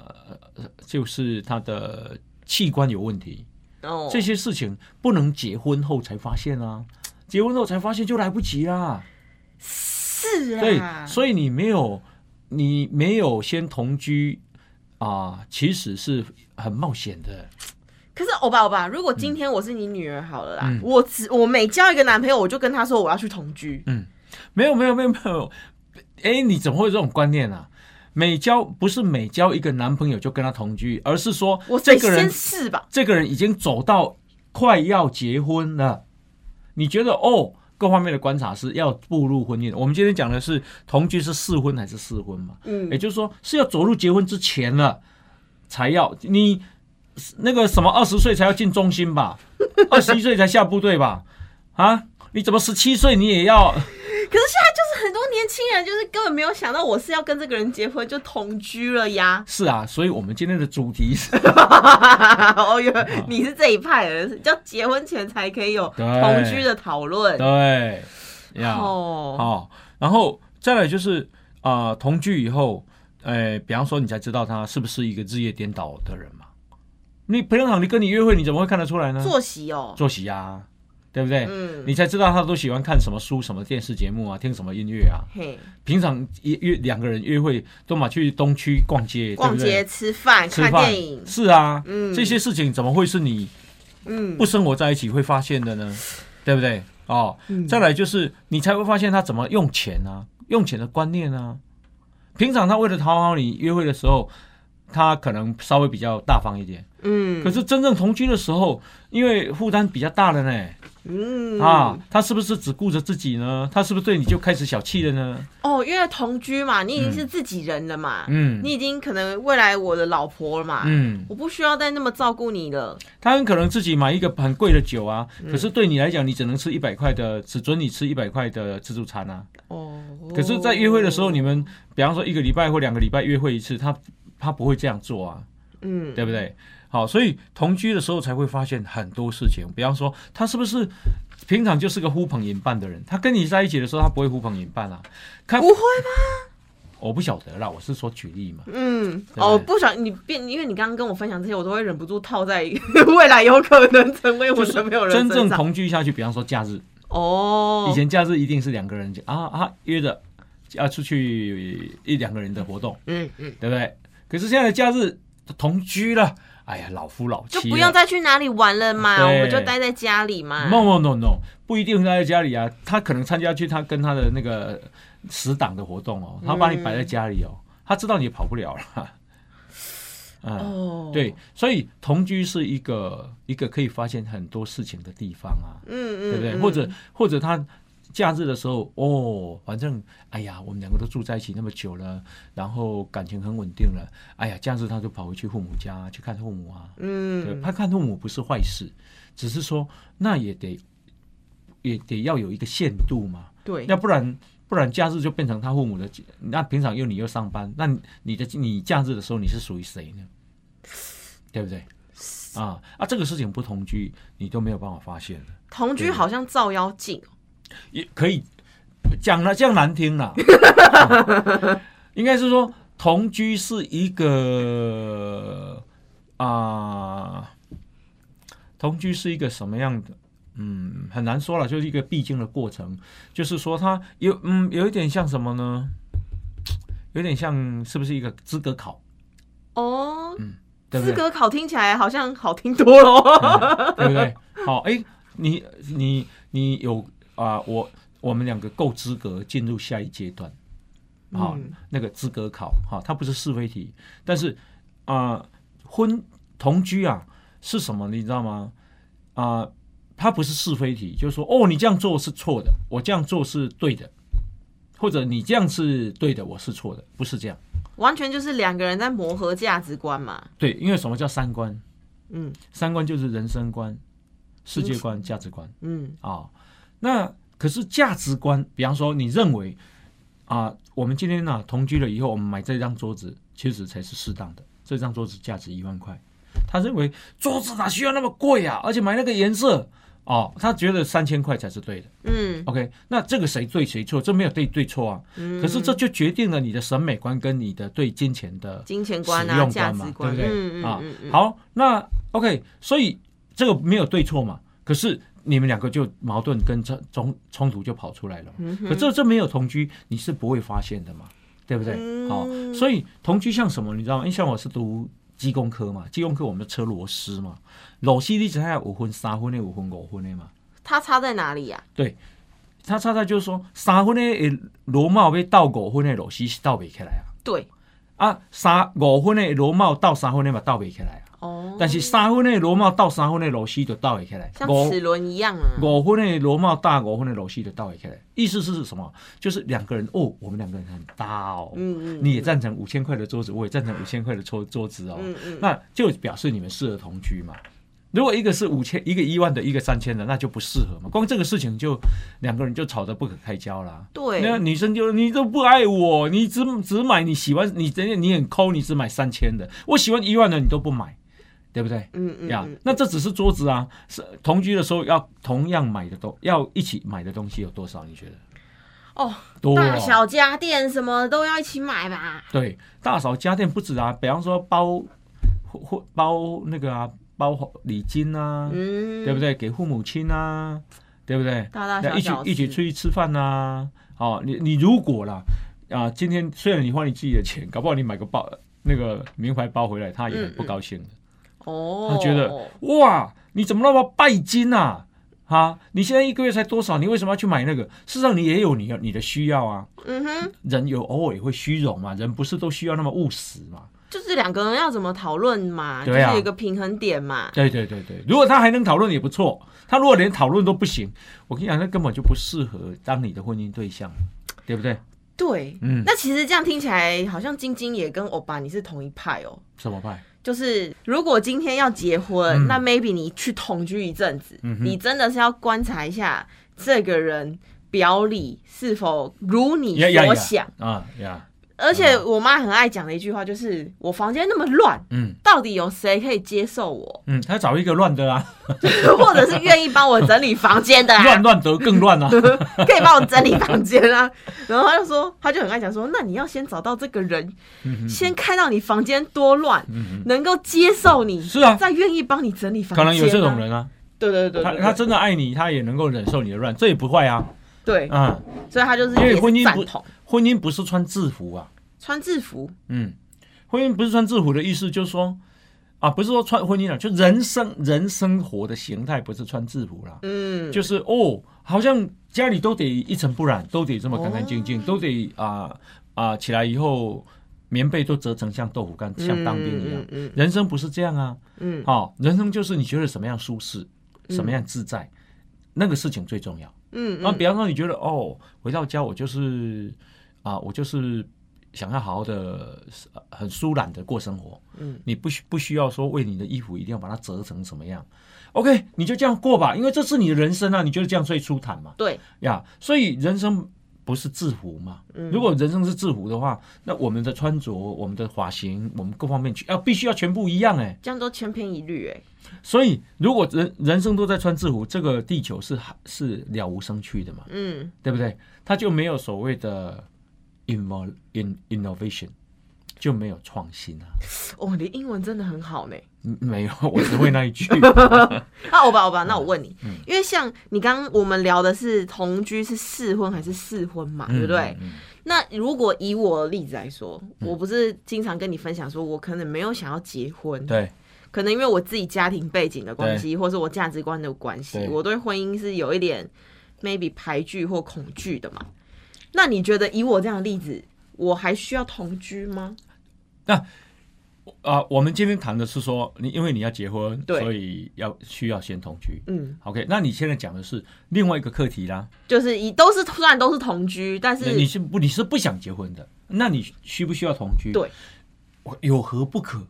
Speaker 2: 呃就是他的器官有问题，
Speaker 1: 哦，
Speaker 2: 这些事情不能结婚后才发现啊，结婚后才发现就来不及啦。
Speaker 1: 是
Speaker 2: 对
Speaker 1: 啊，，
Speaker 2: 所以你没有你没有先同居啊、其实是很冒险的。
Speaker 1: 可是哦欧巴欧巴，如果今天我是你女儿好了啦，
Speaker 2: 嗯
Speaker 1: 我只我每交一个男朋友，我就跟他说我要去同居，
Speaker 2: 没有没有没有没有，哎，你怎么会有这种观念啊？每交不是每交一个男朋友就跟他同居，而是说
Speaker 1: 我
Speaker 2: 这
Speaker 1: 得
Speaker 2: 个人
Speaker 1: 先试吧。
Speaker 2: 这个人已经走到快要结婚了，你觉得哦，各方面的观察是要步入婚姻。我们今天讲的是同居是试婚还是试婚嘛？
Speaker 1: 嗯
Speaker 2: 也，就是说是要走入结婚之前了才要你那个什么二十岁才要进中心吧， <laughs> 二十一岁才下部队吧？啊，你怎么十七岁你也要？。
Speaker 1: 可是现在就是很多年轻人就是根本没有想到我是要跟这个人结婚就同居了呀
Speaker 2: 是啊，所以我们今天的主题是
Speaker 1: 哦哟，你是这一派的人，要结婚前才可以有
Speaker 2: 啊对
Speaker 1: <laughs> 同居的讨论。
Speaker 2: 对呀。
Speaker 1: 哦，
Speaker 2: 哦，然后再来就是啊、呃同居以后，呃，比方说你才知道他是不是一个日夜颠倒的人嘛。你平常你跟你约会，你怎么会看得出来呢？
Speaker 1: 作息哦，
Speaker 2: 作息啊，对不对？
Speaker 1: 嗯，
Speaker 2: 你才知道他都喜欢看什么书、什么电视节目啊，听什么音乐啊。
Speaker 1: 嘿，
Speaker 2: 平常约约两个人约会，都嘛去东区逛街，
Speaker 1: 逛
Speaker 2: 对
Speaker 1: 街、吃饭、
Speaker 2: 不对？吃
Speaker 1: 看
Speaker 2: 饭
Speaker 1: 电影，
Speaker 2: 是啊，
Speaker 1: 嗯
Speaker 2: 这些事情怎么会是你
Speaker 1: 嗯
Speaker 2: 不，生活在一起会发现的呢？对不对？哦，
Speaker 1: 嗯
Speaker 2: 再来就是你才会发现他怎么用钱啊，用钱的观念啊。平常他为了讨好你约会的时候，他可能稍微比较大方一点，
Speaker 1: 嗯，
Speaker 2: 可是真正同居的时候，因为负担比较大了呢，
Speaker 1: 嗯
Speaker 2: 啊，他是不是只顾着自己呢？他是不是对你就开始小气了呢？
Speaker 1: 哦，因为同居嘛，你已经是自己人了嘛，
Speaker 2: 嗯
Speaker 1: 啊你已经可能未来我的老婆了嘛，
Speaker 2: 嗯，
Speaker 1: 我不需要再那么照顾你了。
Speaker 2: 他很可能自己买一个很贵的酒啊，
Speaker 1: 嗯
Speaker 2: 可是对你来讲，你只能吃一百块的，只准你吃一百块的自助餐啊。
Speaker 1: 哦，
Speaker 2: 可是，在约会的时候，你
Speaker 1: 们
Speaker 2: 们比方说一个礼拜或两个礼拜约会一次，他他不会这样做啊，
Speaker 1: 嗯，
Speaker 2: 对不对？好，所以同居的时候才会发现很多事情，比方说他是不是平常就是个呼朋引伴的人，他跟你在一起的时候，他不会呼朋引伴啊。看
Speaker 1: 不会
Speaker 2: 我不晓得啦，我是说举例嘛。
Speaker 1: 嗯，
Speaker 2: 对
Speaker 1: 哦，不想你变，因为你刚刚跟我分享这些，我都会忍不住套在 <laughs> 未来有可能成为我
Speaker 2: 就是
Speaker 1: 男朋友的人
Speaker 2: 真正
Speaker 1: 身上。
Speaker 2: 同居下去，比方说假日，
Speaker 1: 哦，
Speaker 2: 以前假日一定是两个人就啊啊约着啊出去一两个人的活动，
Speaker 1: 嗯嗯，
Speaker 2: 对不对？可是现在的假日同居了，哎呀，老夫老妻
Speaker 1: 就
Speaker 2: 了
Speaker 1: 不用再去哪里玩了嘛，
Speaker 2: 对
Speaker 1: 我们就待在家里嘛。
Speaker 2: No no no no，不一定待在家里啊，他可能参加去他跟他的那个死党的活动哦，
Speaker 1: 嗯
Speaker 2: 他把你摆在家里哦，他知道你也跑不了了。 <laughs> 嗯，
Speaker 1: 哦，
Speaker 2: 对，所以同居是一个一个可以发现很多事情的地方啊，
Speaker 1: 嗯，嗯
Speaker 2: 对不对？
Speaker 1: 嗯
Speaker 2: 或者或者他假日的时候，哦，反正哎呀，我们两个都住在一起那么久了，然后感情很稳定了，哎呀，假日他就跑回去父母家去看父母啊，对，
Speaker 1: 嗯，
Speaker 2: 他看父母不是坏事，只是说那也得也得要有一个限度嘛，
Speaker 1: 对，
Speaker 2: 要不然不然假日就变成他父母的，那平常又你又上班，那你的你假日的时候你是属于谁呢？对不对？啊啊，这个事情不同居你都没有办法发现的，
Speaker 1: 同居好像照妖镜，
Speaker 2: 也可以讲了这样难听
Speaker 1: <laughs>
Speaker 2: 了，啊应该是说同居是一个啊、同居是一个什么样的？嗯，很难说了，就是一个必经的过程。就是说，它有嗯，有一点像什么呢？有点像是不是一个资格考，
Speaker 1: 哦，
Speaker 2: 对不
Speaker 1: 资
Speaker 2: 对？
Speaker 1: 格考听起来好像好听多了。哦
Speaker 2: 嗯对不对？好，哎，你你你有啊、我我们两个够资格进入下一阶段，好、
Speaker 1: 嗯
Speaker 2: 那个资格考，哈、它不是是非题，但是啊、婚同居啊是什么？你知道吗？啊、它不是是非题，就是说，哦，你这样做是错的，我这样做是对的，或者你这样是对的，我是错的，不是这样。
Speaker 1: 完全就是两个人在磨合价值观嘛。
Speaker 2: 对，因为什么叫三观？
Speaker 1: 嗯
Speaker 2: 三观就是人生观、世界观、价值观。
Speaker 1: 嗯
Speaker 2: 啊、那可是价值观，比方说你认为啊、我们今天呢、同居了以后，我们买这张桌子，其实才是适当的。这张桌子价值一万块，他认为桌子哪需要那么贵啊？而且买那个颜色哦，他觉得三千块才是对的。
Speaker 1: 嗯
Speaker 2: OK，那这个谁对谁错？这没有对对错啊。
Speaker 1: 嗯。
Speaker 2: 可是这就决定了你的审美观跟你的对金钱的
Speaker 1: 金钱观
Speaker 2: 使
Speaker 1: 啊，
Speaker 2: 用
Speaker 1: 价
Speaker 2: 观嘛
Speaker 1: 值，观，
Speaker 2: 对不对？
Speaker 1: 嗯
Speaker 2: 啊
Speaker 1: 嗯嗯，，
Speaker 2: 好，那 OK，所以这个没有对错嘛，可是你们两个就矛盾跟冲冲冲突就跑出来了嘛。
Speaker 1: 嗯
Speaker 2: 可这这没有同居，你是不会发现的嘛，对不对？
Speaker 1: 嗯
Speaker 2: 好，所以同居像什么，你知道吗？因为像我是读机工科嘛，机工科我们车螺丝嘛，螺丝你只要五分、三分的、五分、五分的嘛。
Speaker 1: 它差在哪里呀？
Speaker 2: 它差在就是说，三分的螺帽被倒五分的螺丝是倒不起来啊，
Speaker 1: 对，
Speaker 2: 啊，三五分的螺帽倒三分的嘛倒不起来啊。
Speaker 1: 哦，
Speaker 2: 但是三分的螺帽到三分的螺丝就倒会起来，
Speaker 1: 像
Speaker 2: 五
Speaker 1: 齿轮一样啊，
Speaker 2: 五分的螺帽大五分的螺丝就倒会起来。意思是什么？就是两个人哦，我们两个人很搭哦，
Speaker 1: 嗯嗯，
Speaker 2: 你也赞成五千块的桌子，我也赞成五千块的桌桌子哦，
Speaker 1: 嗯嗯，
Speaker 2: 那就表示你们适合同居嘛。如果一个是五千，一个一万的，一个三千的，那就不适合嘛。光这个事情就两个人就吵得不可开交啦。那
Speaker 1: 对，嗯
Speaker 2: 女生就你都不爱我，你只只买你喜欢，你真的你很抠，你只买三千的，我喜欢一万的你都不买，对不对？
Speaker 1: 嗯嗯
Speaker 2: 呀
Speaker 1: 嗯，
Speaker 2: 那这只是桌子啊，是同居的时候要同样买的东，要一起买的东西有多少？你觉得
Speaker 1: 哦，
Speaker 2: 多、
Speaker 1: 大
Speaker 2: 哦？
Speaker 1: 小家电什么都要一起买吧，
Speaker 2: 对，大小家电不止啊，比方说包或或包那个啊，包礼金啊，
Speaker 1: 嗯，
Speaker 2: 对不？对？给父母亲啊，对不对？
Speaker 1: 大大
Speaker 2: 那
Speaker 1: 小
Speaker 2: 一起
Speaker 1: 小
Speaker 2: 一起
Speaker 1: 事
Speaker 2: 出，去吃饭呐、哦，你你如果啦啊，今天虽然你花你自己的钱，搞不好你买个包那个名牌包回来，他也很不
Speaker 1: 嗯
Speaker 2: 高兴啊的。
Speaker 1: 哦，
Speaker 2: 他觉得哇，你怎么那么拜金呐、啊？你现在一个月才多少？你为什么要去买那个？事实上，你也有你要你的需要啊。
Speaker 1: 嗯哼，
Speaker 2: 人有偶尔也会虚荣嘛，人不是都需要那么务实嘛？
Speaker 1: 就是两个人要怎么讨论嘛，
Speaker 2: 对啊
Speaker 1: 就是有一个平衡点嘛。
Speaker 2: 对对对对，如果他还能讨论也不错，他如果连讨论都不行，我跟你讲，那根本就不适合当你的婚姻对象，对不对？
Speaker 1: 对，
Speaker 2: 嗯，
Speaker 1: 那其实这样听起来好像晶晶也跟欧巴你是同一派哦。
Speaker 2: 什么派？
Speaker 1: 就是如果今天要结婚，
Speaker 2: 嗯
Speaker 1: 那 maybe 你去同居一阵子，
Speaker 2: 嗯哼
Speaker 1: 你真的是要观察一下这个人表里是否如你
Speaker 2: 呀呀
Speaker 1: 所
Speaker 2: 呀
Speaker 1: 想。
Speaker 2: 啊呀，
Speaker 1: 而且我妈很爱讲的一句话就是：“我房间那么乱，
Speaker 2: 嗯
Speaker 1: 到底有谁可以接受我， <laughs>
Speaker 2: 嗯，他找一个乱的啊，
Speaker 1: 或者是愿意帮我整理房间的、啊
Speaker 2: <laughs> 乱，乱得更乱啊，
Speaker 1: 可以帮我整理房间啊？”然后她就说，她就很爱讲说：“那你要先找到这个人，
Speaker 2: 嗯哼
Speaker 1: 先看到你房间多乱，
Speaker 2: 嗯
Speaker 1: 能够接受你，
Speaker 2: 是啊
Speaker 1: 再愿意帮你整理
Speaker 2: 哼，
Speaker 1: 房间、
Speaker 2: 可能有这种，人啊，
Speaker 1: 对对对对
Speaker 2: 他
Speaker 1: 对
Speaker 2: 他真的爱你，他也能够忍受你的乱，这也不坏啊，
Speaker 1: 对，
Speaker 2: 嗯，
Speaker 1: 所以他就是
Speaker 2: 因为
Speaker 1: 也是
Speaker 2: 婚姻
Speaker 1: 赞
Speaker 2: 不
Speaker 1: 同
Speaker 2: 婚姻不是穿制服啊，
Speaker 1: 穿制服，
Speaker 2: 嗯，婚姻不是穿制服的意思，就是说啊，不是说穿婚姻啊，就人生人生活的形态不是穿制服啦，
Speaker 1: 嗯，
Speaker 2: 就是哦，好像家里都得一尘不染，都得这么干干净净，
Speaker 1: 哦
Speaker 2: 都得啊啊、起来以后棉被都折成像豆腐干，像当兵一样。
Speaker 1: 嗯嗯
Speaker 2: 人生不是这样啊，
Speaker 1: 嗯
Speaker 2: 哦，人生就是你觉得什么样舒适，什么样自在，那个事情最重要。
Speaker 1: 嗯
Speaker 2: 那、比方说，你觉得哦，回到家我就是啊，我就是想要好好的、呃很舒懒的过生活。
Speaker 1: 嗯，
Speaker 2: 你不需不需要说为你的衣服一定要把它折成什么样？OK，你就这样过吧，因为这是你的人生啊，你觉得这样最舒坦嘛？
Speaker 1: 对，
Speaker 2: 呀，所以人生不是制服嘛？
Speaker 1: 嗯
Speaker 2: 如果人生是制服的话，那我们的穿着、我们的发型、我们各方面啊要必须要全部一样哎、
Speaker 1: 这样都千篇一律哎、
Speaker 2: 所以如果人人生都在穿制服，这个地球是是了无生趣的嘛？
Speaker 1: 嗯
Speaker 2: 对不对？它就没有所谓的 inno in innovation，就没有创新啊。
Speaker 1: 哦，你英文真的很好呢。
Speaker 2: 嗯没有， <laughs> 我只会那一句。
Speaker 1: 啊，欧巴欧巴，那我问你，
Speaker 2: 嗯
Speaker 1: 因为像你刚刚我们聊的是同居是试婚还是试婚嘛，对不 <laughs> 对？
Speaker 2: 嗯？嗯
Speaker 1: 那如果以我的例子来说，我不是经常跟你分享说，我可能没有想要结婚
Speaker 2: 嗯，对，
Speaker 1: 可能因为我自己家庭背景的关系，或是我价值观的关系，
Speaker 2: 对
Speaker 1: 我对婚姻是有一点 maybe 排拒或恐惧的嘛。那你觉得以我这样的例子，我还需要同居吗？
Speaker 2: 啊、我们今天谈的是说，你因为你要结婚，
Speaker 1: 对
Speaker 2: 所以要需要先同居。
Speaker 1: 嗯，
Speaker 2: OK，那你现在讲的是另外一个课题啦。
Speaker 1: 就是以都是虽然都是同居，但
Speaker 2: 那你
Speaker 1: 是
Speaker 2: 是不你是不想结婚的，那你需不需要同居？
Speaker 1: 对
Speaker 2: 我，有何不可？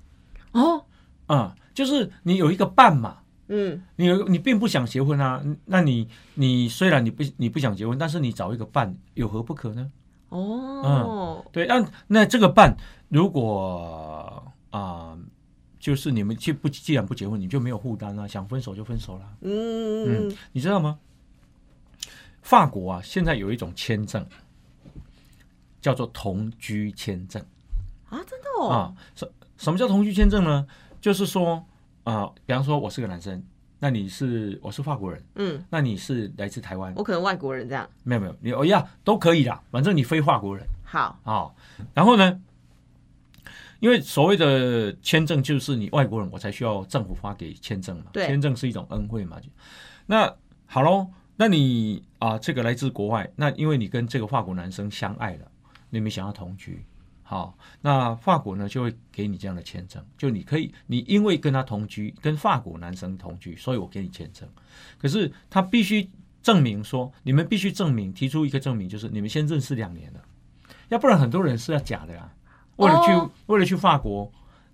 Speaker 1: 哦，
Speaker 2: 啊、就是你有一个伴嘛，
Speaker 1: 嗯
Speaker 2: 你有你并不想结婚啊，那你你虽然你不你不想结婚，但是你找一个伴有何不可呢？
Speaker 1: 哦，
Speaker 2: 对，那那这个伴如果啊、就是你们既不既然不结婚，你就没有负担啦，想分手就分手啦，
Speaker 1: 嗯嗯
Speaker 2: 你知道吗？法国啊，现在有一种签证叫做同居签证。
Speaker 1: 啊，真的哦，
Speaker 2: 啊，什什么叫同居签证呢？就是说啊、比方说我是个男生，那你是我是法国人，
Speaker 1: 嗯，
Speaker 2: 那你是来自台湾，
Speaker 1: 我可能外国人这样，
Speaker 2: 没有没有，你哦呀都可以啦，反正你非法国人
Speaker 1: 好，
Speaker 2: 啊、然后呢，因为所谓的签证就是你外国人，我才需要政府发给签证嘛，
Speaker 1: 对
Speaker 2: 签证是一种恩惠嘛。那好喽，那你啊、这个来自国外，那因为你跟这个法国男生相爱了，你们想要同居。好，那法国呢就会给你这样的签证，就你可以，你因为跟他同居，跟法国男生同居，所以我给你签证。可是他必须证明说，你们必须证明，提出一个证明，就是你们先认识两年了，要不然很多人是要假的啊。为了去、
Speaker 1: 哦
Speaker 2: 为了去法国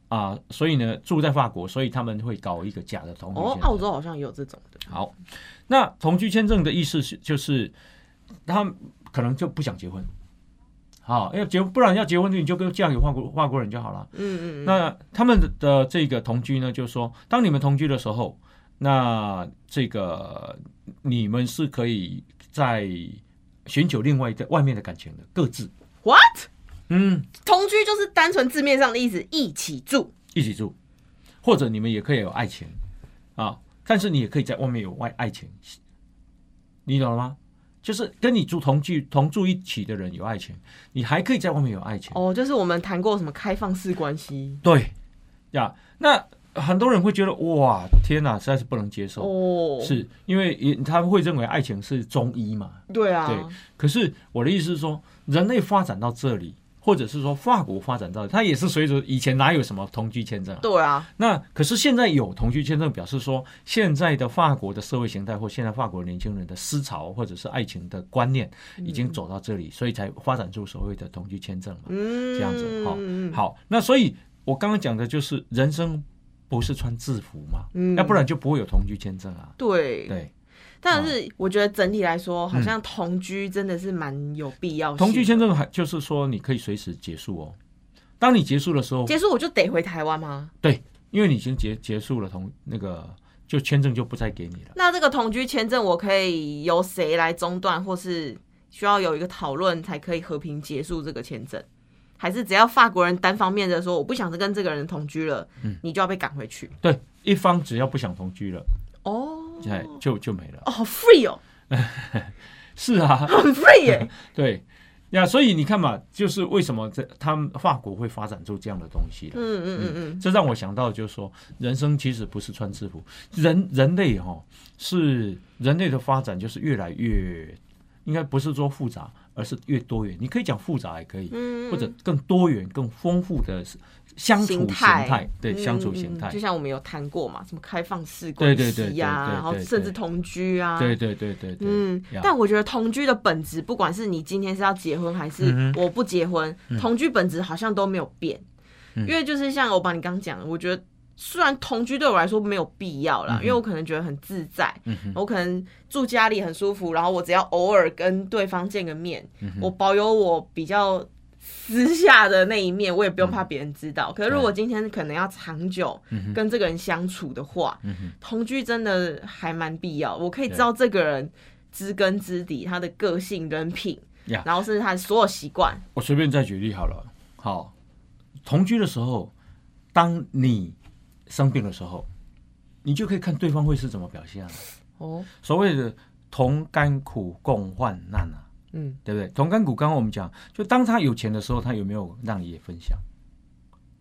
Speaker 2: 啊、所以呢住在法国，所以他们会搞一个假的同居
Speaker 1: 哦
Speaker 2: 签，证。
Speaker 1: 澳洲好像也有这种的，
Speaker 2: 好，那同居签证的意思是，就是他们可能就不想结婚，好，要结不然要结婚你就跟嫁给外国外国人就好了。
Speaker 1: 嗯嗯嗯，
Speaker 2: 那他们的呃这个同居呢，就是说，当你们同居的时候，那这个你们是可以在寻求另外一个外面的感情的，各自
Speaker 1: what
Speaker 2: 嗯
Speaker 1: 同居就是单纯字面上的意思，一起住，
Speaker 2: 一起住，或者你们也可以有爱情啊，但是你也可以在外面有外爱情，你懂了吗？就是跟你住同居同住一起的人有爱情，你还可以在外面有爱情。
Speaker 1: 哦，就是我们谈过什么开放式关系。
Speaker 2: 对呀，那很多人会觉得哇，天哪，实在是不能接受。
Speaker 1: 哦，
Speaker 2: 是因为也他们会认为爱情是中医嘛？
Speaker 1: 对啊，
Speaker 2: 对可是我的意思是说，人类发展到这里，或者是说法国发展到，它也是随着以前哪有什么同居签证啊？
Speaker 1: 对啊，
Speaker 2: 那可是现在有同居签证，表示说现在的法国的社会形态或现在法国年轻人的思潮或者是爱情的观念
Speaker 1: 嗯
Speaker 2: 已经走到这里，所以才发展出所谓的同居签证嘛。
Speaker 1: 嗯，
Speaker 2: 这样子好好，那所以我刚刚讲的就是人生不是穿制服嘛，
Speaker 1: 嗯
Speaker 2: 要不然就不会有同居签证啊。
Speaker 1: 对，
Speaker 2: 对，嗯
Speaker 1: 但是我觉得整体来说，好像同居真的是蛮有必要性的。
Speaker 2: 同居签证还就是说你可以随时结束哦。当你结束的时候，
Speaker 1: 结束我就得回台湾吗？
Speaker 2: 因为你已经结结束了同那个，就签证就不再给你了。
Speaker 1: 那这个同居签证我可以由谁来中断，或是需要有一个讨论才可以和平结束这个签证？还是只要法国人单方面的说我不想跟这个人同居了，
Speaker 2: 嗯
Speaker 1: 你就要被赶回去？
Speaker 2: 对，一方只要不想同居了，
Speaker 1: 哦
Speaker 2: 哎，就就没了。
Speaker 1: 哦，好 free 哦，
Speaker 2: 是啊， <laughs>
Speaker 1: 很 free 耶、
Speaker 2: 对呀，所以你看嘛，就是为什么这他们法国会发展出这样的东西了。
Speaker 1: 嗯嗯嗯嗯，
Speaker 2: 这让我想到，就是说，人生其实不是穿制服，人人类哈、哦、是人类的发展就是越来越，应该不是说复杂，而是越多元。你可以讲复杂也可以，
Speaker 1: 嗯
Speaker 2: 或者更多元、更丰富的相处
Speaker 1: 形
Speaker 2: 形
Speaker 1: 态
Speaker 2: 态，对相处
Speaker 1: 嗯嗯
Speaker 2: 形
Speaker 1: 嗯
Speaker 2: 态
Speaker 1: 就，像我们有谈过嘛，什么开放式
Speaker 2: 对
Speaker 1: 关
Speaker 2: 对对
Speaker 1: 系呀、
Speaker 2: 对对对
Speaker 1: 然后
Speaker 2: 对
Speaker 1: 甚至同居啊，
Speaker 2: 对对对对对，
Speaker 1: 嗯
Speaker 2: 呀，
Speaker 1: 但我觉得同居的本质，不管是你今天是要结婚还是
Speaker 2: 嗯
Speaker 1: 我不结婚，同居本质好像都没有变。
Speaker 2: 嗯
Speaker 1: 因为就是像我把你刚刚讲的，我觉得虽然同居对我来说没有必要啦，
Speaker 2: 嗯哼
Speaker 1: 因为我可能觉得很自在，
Speaker 2: 嗯哼
Speaker 1: 我可能住家里很舒服，然后我只要偶尔跟对方见个面，
Speaker 2: 嗯哼
Speaker 1: 我保有我比较。私下的那一面，我也不用怕别人知道。可是如果今天可能要长久
Speaker 2: 嗯哼
Speaker 1: 跟这个人相处的话，
Speaker 2: 嗯哼
Speaker 1: 同居真的还蛮必要，我可以
Speaker 2: 对
Speaker 1: 知道这个人知根知底，他的个性、人品
Speaker 2: Yeah
Speaker 1: 然后甚至他的所有习惯。
Speaker 2: 我随便再举例好了。好，同居的时候，当你生病的时候，你就可以看对方会是怎么表现、啊。
Speaker 1: 哦，
Speaker 2: 所谓的同甘苦共患难啊，
Speaker 1: 嗯，
Speaker 2: 对不对？同甘苦，刚刚我们讲，就当他有钱的时候，他有没有让你也分享，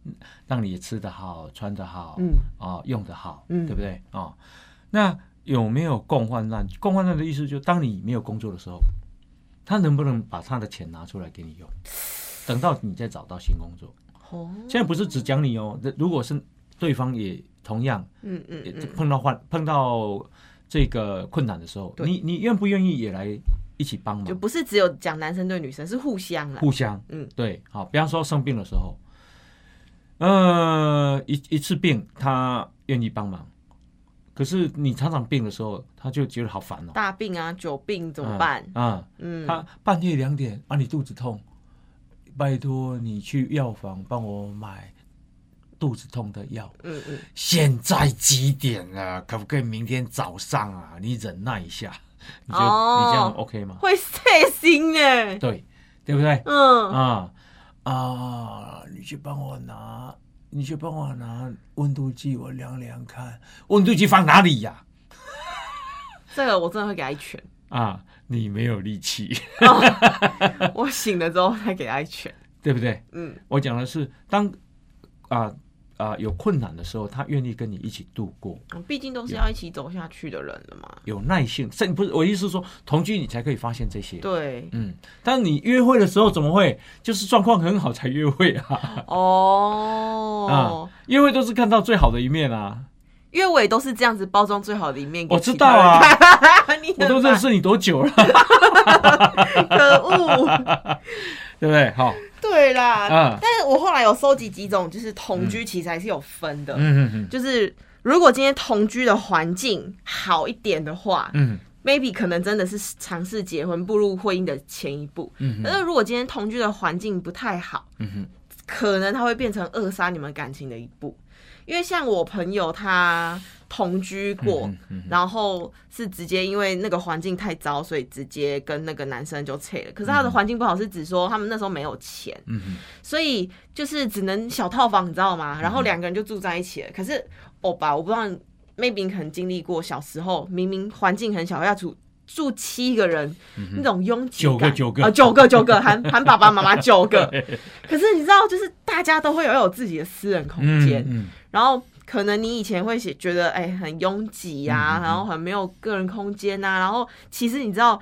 Speaker 2: 嗯让你也吃得好、穿得好，
Speaker 1: 嗯，
Speaker 2: 啊、用得好，
Speaker 1: 嗯
Speaker 2: 对不对？啊、那有没有共患难？共患难的意思就是，当你没有工作的时候，他能不能把他的钱拿出来给你用？等到你再找到新工作，
Speaker 1: 哦，
Speaker 2: 现在不是只讲你哦，那如果是对方也同样
Speaker 1: 嗯嗯
Speaker 2: 也
Speaker 1: 嗯，
Speaker 2: 碰到患碰到这个困难的时候，
Speaker 1: 对
Speaker 2: 你你愿不愿意也来一起帮
Speaker 1: 就
Speaker 2: 忙？
Speaker 1: 不是只有讲男生对女生，是互相啦。
Speaker 2: 嗯互相，
Speaker 1: 嗯，
Speaker 2: 对，好，比方说生病的时候，呃，一一次病他愿意帮忙，可是你常常病的时候，他就觉得好烦哦，
Speaker 1: 大病啊，久病怎么办？
Speaker 2: 啊、
Speaker 1: 嗯，
Speaker 2: 他半夜两点啊，你肚子痛，拜托你去药房帮我买肚子痛的药。
Speaker 1: 嗯嗯，
Speaker 2: 现在几点了？可不可以明天早上啊？你忍耐一下，你觉得
Speaker 1: 哦
Speaker 2: 你这样 OK 吗？
Speaker 1: 会塞心哎。
Speaker 2: 对，对不对？
Speaker 1: 嗯，
Speaker 2: 啊啊，你去帮我拿，你去帮我拿温度计，我量量看，温度计放哪里呀、
Speaker 1: 这个我真的会给他一
Speaker 2: <laughs>
Speaker 1: 拳。
Speaker 2: 啊？你没有力气， <laughs>
Speaker 1: 我醒了之后再给他一拳。
Speaker 2: 对不对？
Speaker 1: 嗯，
Speaker 2: 我讲的是当啊啊有困难的时候，他愿意跟你一起度过。
Speaker 1: 毕竟都是要一起走下去的人了嘛。
Speaker 2: 有耐性，甚不是我意思是说，同居你才可以发现这些。
Speaker 1: 对，
Speaker 2: 嗯，但你约会的时候怎么会？就是状况很好才约会啊！
Speaker 1: 哦，
Speaker 2: 啊，约会都是看到最好的一面啊！
Speaker 1: 因为我也都是这样子包装最好的一面给
Speaker 2: 我知
Speaker 1: 其他
Speaker 2: 道啊
Speaker 1: 人看， <laughs> 你
Speaker 2: 我都
Speaker 1: 很
Speaker 2: 认
Speaker 1: 烦
Speaker 2: 识你多
Speaker 1: <laughs>
Speaker 2: 久了，
Speaker 1: 可恶， <laughs>
Speaker 2: 对不对？好，
Speaker 1: 对啦，
Speaker 2: 嗯
Speaker 1: 但是我后来有收集几种，就是同居其实还是有分的，
Speaker 2: 嗯嗯
Speaker 1: 就是如果今天同居的环境好一点的话、
Speaker 2: 嗯
Speaker 1: m a y b e 可能真的是尝试结婚步入婚姻的前一步，
Speaker 2: 嗯
Speaker 1: 但是如果今天同居的环境不太好，
Speaker 2: 嗯哼
Speaker 1: 可能它会变成扼杀你们感情的一步，因为像我朋友他同居过。
Speaker 2: 嗯嗯
Speaker 1: 然后是直接因为那个环境太糟，所以直接跟那个男生就撤了。可是他的环境不好，是指说他们那时候没有钱，
Speaker 2: 嗯哼
Speaker 1: 所以就是只能小套房，你知道
Speaker 2: 嗯
Speaker 1: 吗？然后两个人就住在一起了。可是欧巴，我不知道你，maybe 你可能经历过小时候，明明环境很小，要住住七个人，那种拥挤
Speaker 2: 嗯九个
Speaker 1: 感
Speaker 2: 九个
Speaker 1: 啊，九个九个，
Speaker 2: <laughs>
Speaker 1: 含含爸爸妈妈九个。可是你知道，就是大家都会有有自己的私人空间，
Speaker 2: 嗯
Speaker 1: 然后可能你以前会写觉得哎、很拥挤啊呀，
Speaker 2: 嗯嗯
Speaker 1: 啊
Speaker 2: 嗯
Speaker 1: 然后很没有个人空间呐、然后其实你知道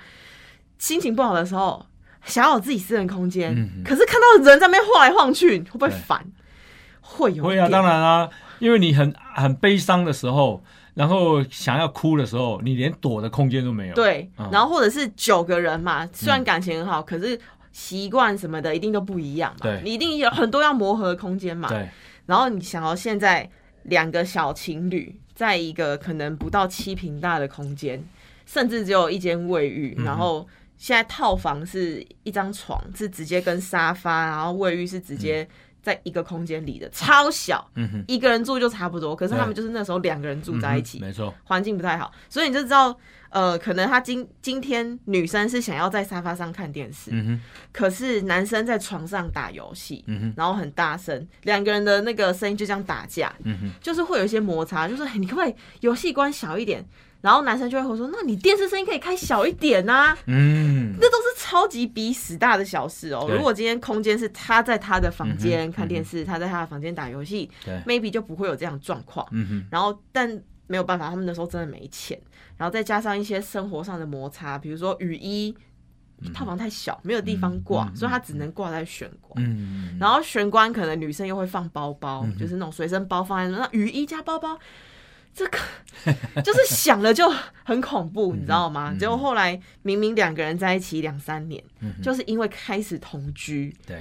Speaker 1: 心情不好的时候，想要有自己私人空间，
Speaker 2: 嗯
Speaker 1: 可是看到人在那边晃来晃去，会不会
Speaker 2: 对
Speaker 1: 烦？会有一
Speaker 2: 会啊，
Speaker 1: 点
Speaker 2: 当然啊，因为你很很悲伤的时候，然后想要哭的时候，你连躲的空间都没有。，
Speaker 1: 对
Speaker 2: 嗯，
Speaker 1: 然后或者是九个人嘛，虽然感情很好，可是习惯什么的一定都不一样嘛，
Speaker 2: 对
Speaker 1: 你一定有很多要磨合的空间嘛。
Speaker 2: 对，
Speaker 1: 然后你想要现在两个小情侣在一个可能不到七平大的空间，甚至只有一间卫浴，
Speaker 2: 嗯哼
Speaker 1: 然后现在套房是一张床，是直接跟沙发，然后卫浴是直接在一个空间里的，超小，
Speaker 2: 嗯哼，
Speaker 1: 一个人住就差不多。可是他
Speaker 2: 对
Speaker 1: 们就是那时候两个人住在一起
Speaker 2: 嗯哼，没错，
Speaker 1: 环境不太好，所以你就知道，呃，可能他今今天女生是想要在沙发上看电视，
Speaker 2: 嗯哼，
Speaker 1: 可是男生在床上打游戏，
Speaker 2: 嗯哼，
Speaker 1: 然后很大声，两个人的那个声音就这样打架，
Speaker 2: 嗯哼，
Speaker 1: 就是会有一些摩擦，就是哎嘿你可不可以游戏关小一点？然后男生就会回说，那你电视声音可以开小一点呐、啊。
Speaker 2: 嗯，
Speaker 1: 那都是超级比死大的小事哦。
Speaker 2: 对
Speaker 1: 如果今天空间是他在他的房
Speaker 2: 嗯
Speaker 1: 间
Speaker 2: 哼
Speaker 1: 看电视，他在他的房间打游戏
Speaker 2: 对，
Speaker 1: ，maybe 就不会有这样的状况。
Speaker 2: 嗯哼，
Speaker 1: 然后但没有办法，他们那时候真的没钱，然后再加上一些生活上的摩擦，比如说雨衣，套房太小，没有地方挂，
Speaker 2: 嗯嗯嗯
Speaker 1: 所以他只能挂在玄关。
Speaker 2: 嗯，
Speaker 1: 然后玄关可能女生又会放包包，
Speaker 2: 嗯哼
Speaker 1: 就是那种随身包放在那，那雨衣加包包，这
Speaker 2: <laughs>
Speaker 1: 个就是想了就很恐怖，
Speaker 2: 嗯
Speaker 1: 你知道吗？结果后来明明两个人在一起两三年，
Speaker 2: 嗯哼
Speaker 1: 就是因为开始同居，
Speaker 2: 对，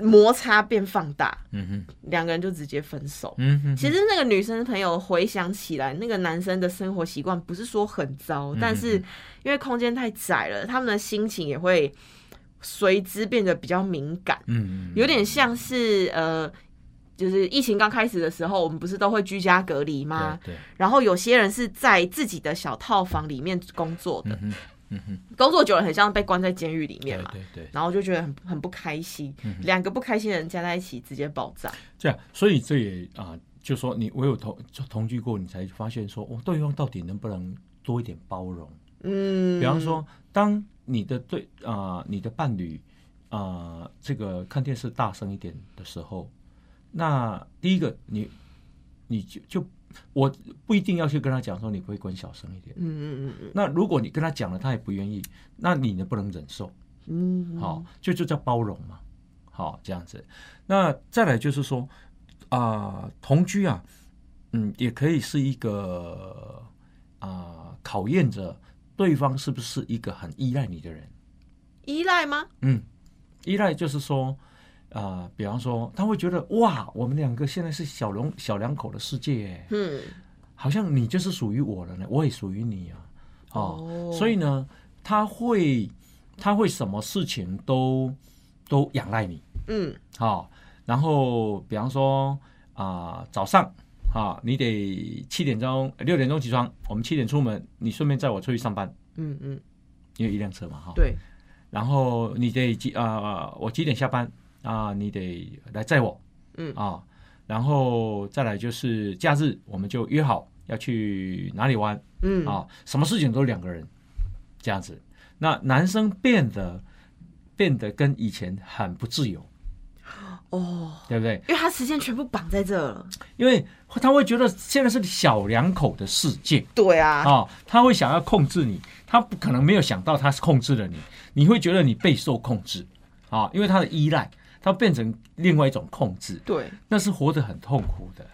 Speaker 1: 摩擦变放大，
Speaker 2: 嗯哼，
Speaker 1: 两个人就直接分手。
Speaker 2: 嗯哼，
Speaker 1: 其实那个女生朋友回想起来，那个男生的生活习惯不是说很糟，
Speaker 2: 嗯
Speaker 1: 但是因为空间太窄了，他们的心情也会随之变得比较敏感，
Speaker 2: 嗯，
Speaker 1: 有点像是呃。就是疫情刚开始的时候，我们不是都会居家隔离吗？
Speaker 2: 对，对，
Speaker 1: 然后有些人是在自己的小套房里面工作的，
Speaker 2: 嗯哼，嗯哼，
Speaker 1: 工作久了很像被关在监狱里面
Speaker 2: 对嗯
Speaker 1: 嘛，
Speaker 2: 对对，
Speaker 1: 然后就觉得很很不开心，两个不开心的人加在一起直接爆炸。
Speaker 2: 这样，所以这也啊、就说你唯有同同居过，你才发现说，哦，对方到底能不能多一点包容？
Speaker 1: 嗯，
Speaker 2: 比方说，当你的对啊、你的伴侣啊、这个看电视大声一点的时候，那第一个你你就就我不一定要去跟他讲说你可不可以关小声一点。
Speaker 1: 嗯，嗯嗯嗯
Speaker 2: 那如果你跟他讲了，他也不愿意，那你能不能忍受？
Speaker 1: 嗯嗯，
Speaker 2: 好、就就叫包容嘛，好、这样子。那再来就是说啊、同居啊，嗯，也可以是一个啊、考验着对方是不是一个很依赖你的人。
Speaker 1: 依赖吗？
Speaker 2: 嗯，依赖就是说啊、比方说他会觉得哇，我们两个现在是小龙小两口的世界耶，
Speaker 1: 嗯，
Speaker 2: 好像你就是属于我了呢，我也属于你啊，哦，
Speaker 1: 哦
Speaker 2: 所以呢，他会他会什么事情都都仰赖你，
Speaker 1: 嗯
Speaker 2: 好、然后比方说啊、早上啊、你得七点钟六点钟起床，我们七点出门，你顺便载我出去上班，
Speaker 1: 嗯嗯，
Speaker 2: 因为一辆车嘛哈，
Speaker 1: 对，
Speaker 2: 然后你得几啊、我几点下班啊、你得来载我
Speaker 1: 嗯
Speaker 2: 啊、然后再来就是假日，我们就约好要去哪里玩，
Speaker 1: 嗯
Speaker 2: 啊，什么事情都是两个人这样子。那男生变得变得跟以前很不自由，
Speaker 1: 哦，
Speaker 2: 对不对？
Speaker 1: 因为他时间全部绑在这了。
Speaker 2: 因为他会觉得现在是小两口的世界
Speaker 1: 对啊，
Speaker 2: 啊，他会想要控制你，他不可能没有想到他是控制了你，你会觉得你备受控制啊，因为他的依赖，他变成另外一种控制，
Speaker 1: 对，
Speaker 2: 那是活得很痛苦的。啊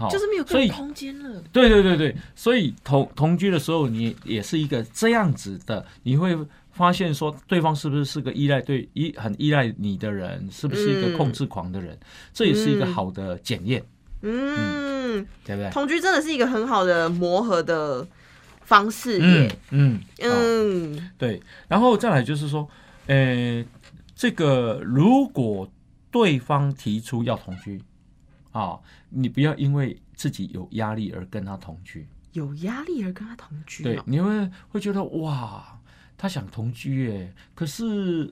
Speaker 2: 好
Speaker 1: 就是没有
Speaker 2: 所
Speaker 1: 更
Speaker 2: 以
Speaker 1: 有空间了。
Speaker 2: 对对对对，所以同同居的时候，你也是一个这样子的，你会发现说对方是不是是个依赖对依很依赖你的人，是不是一个控制狂的人，这也是一个好的检验，
Speaker 1: 嗯，
Speaker 2: 对不对？
Speaker 1: 同居真的是一个很好的磨合的方式
Speaker 2: 嗯
Speaker 1: 耶。
Speaker 2: 嗯嗯、
Speaker 1: 嗯
Speaker 2: 对。然后再来就是说，呃，这个如果对方提出要同居，啊，你不要因为自己有压力而跟他同居。
Speaker 1: 有压力而跟他同居
Speaker 2: 对
Speaker 1: 哦，，
Speaker 2: 你会会觉得哇，他想同居耶，可是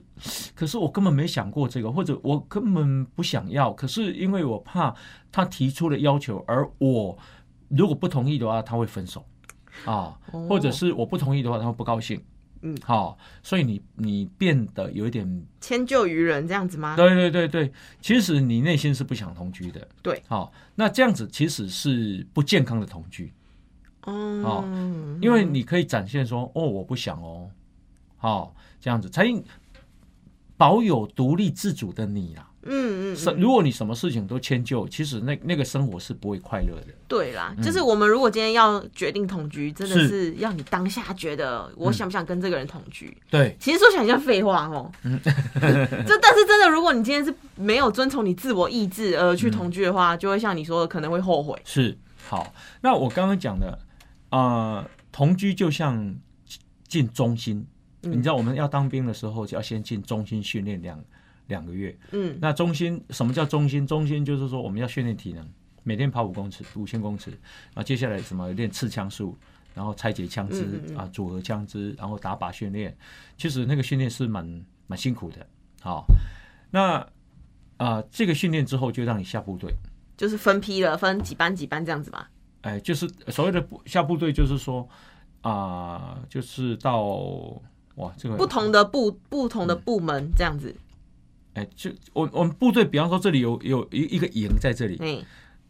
Speaker 2: 可是我根本没想过这个，或者我根本不想要，可是因为我怕他提出了要求，而我如果不同意的话，他会分手啊，
Speaker 1: 哦
Speaker 2: 或者是我不同意的话，他会不高兴。
Speaker 1: 嗯
Speaker 2: 好、所以你你变得有一点，
Speaker 1: 迁就于人这样子吗？
Speaker 2: 对对对对，其实你内心是不想同居的，
Speaker 1: 对，
Speaker 2: 好、那这样子其实是不健康的同居，
Speaker 1: 嗯，
Speaker 2: 哦因为你可以展现说，哦，我不想哦，好、这样子才保有独立自主的你啊，
Speaker 1: 嗯嗯
Speaker 2: 是
Speaker 1: 嗯，
Speaker 2: 如果你什么事情都迁就，其实那那个生活是不会快乐的。
Speaker 1: 对啦，就是我们如果今天要决定同居，真的
Speaker 2: 嗯是嗯
Speaker 1: 是要你当下觉得我想不想跟这个人同居。
Speaker 2: 对，
Speaker 1: 其实说起来像废话哦，
Speaker 2: 嗯
Speaker 1: <laughs> 这但是真的，如果你今天是没有遵从你自我意志而去
Speaker 2: 嗯
Speaker 1: 同居的话，就会像你说的，可能会后悔。
Speaker 2: 是好。那我刚刚讲的，呃，同居就像进中心，
Speaker 1: 嗯
Speaker 2: 你知道我们要当兵的时候就要先进中心训练两两个月。
Speaker 1: 嗯
Speaker 2: 那中心什么叫中心？中心就是说我们要训练体能，每天跑五公尺、五千公尺，然后接下来什么练刺枪术，然后拆解枪支
Speaker 1: 嗯嗯嗯
Speaker 2: 啊，组合枪支，然后打靶训练。其实那个训练是蛮蛮辛苦的。好，那啊、这个训练之后就让你下部队。
Speaker 1: 就是分批了，分几班几班这样子嘛。
Speaker 2: 哎，就是所谓的部下部队，就是说啊、就是到哇，这个
Speaker 1: 不同的部不同的部门这样子，
Speaker 2: 哎，就我我们部队，比方说这里有有一一个营在这里，
Speaker 1: 嗯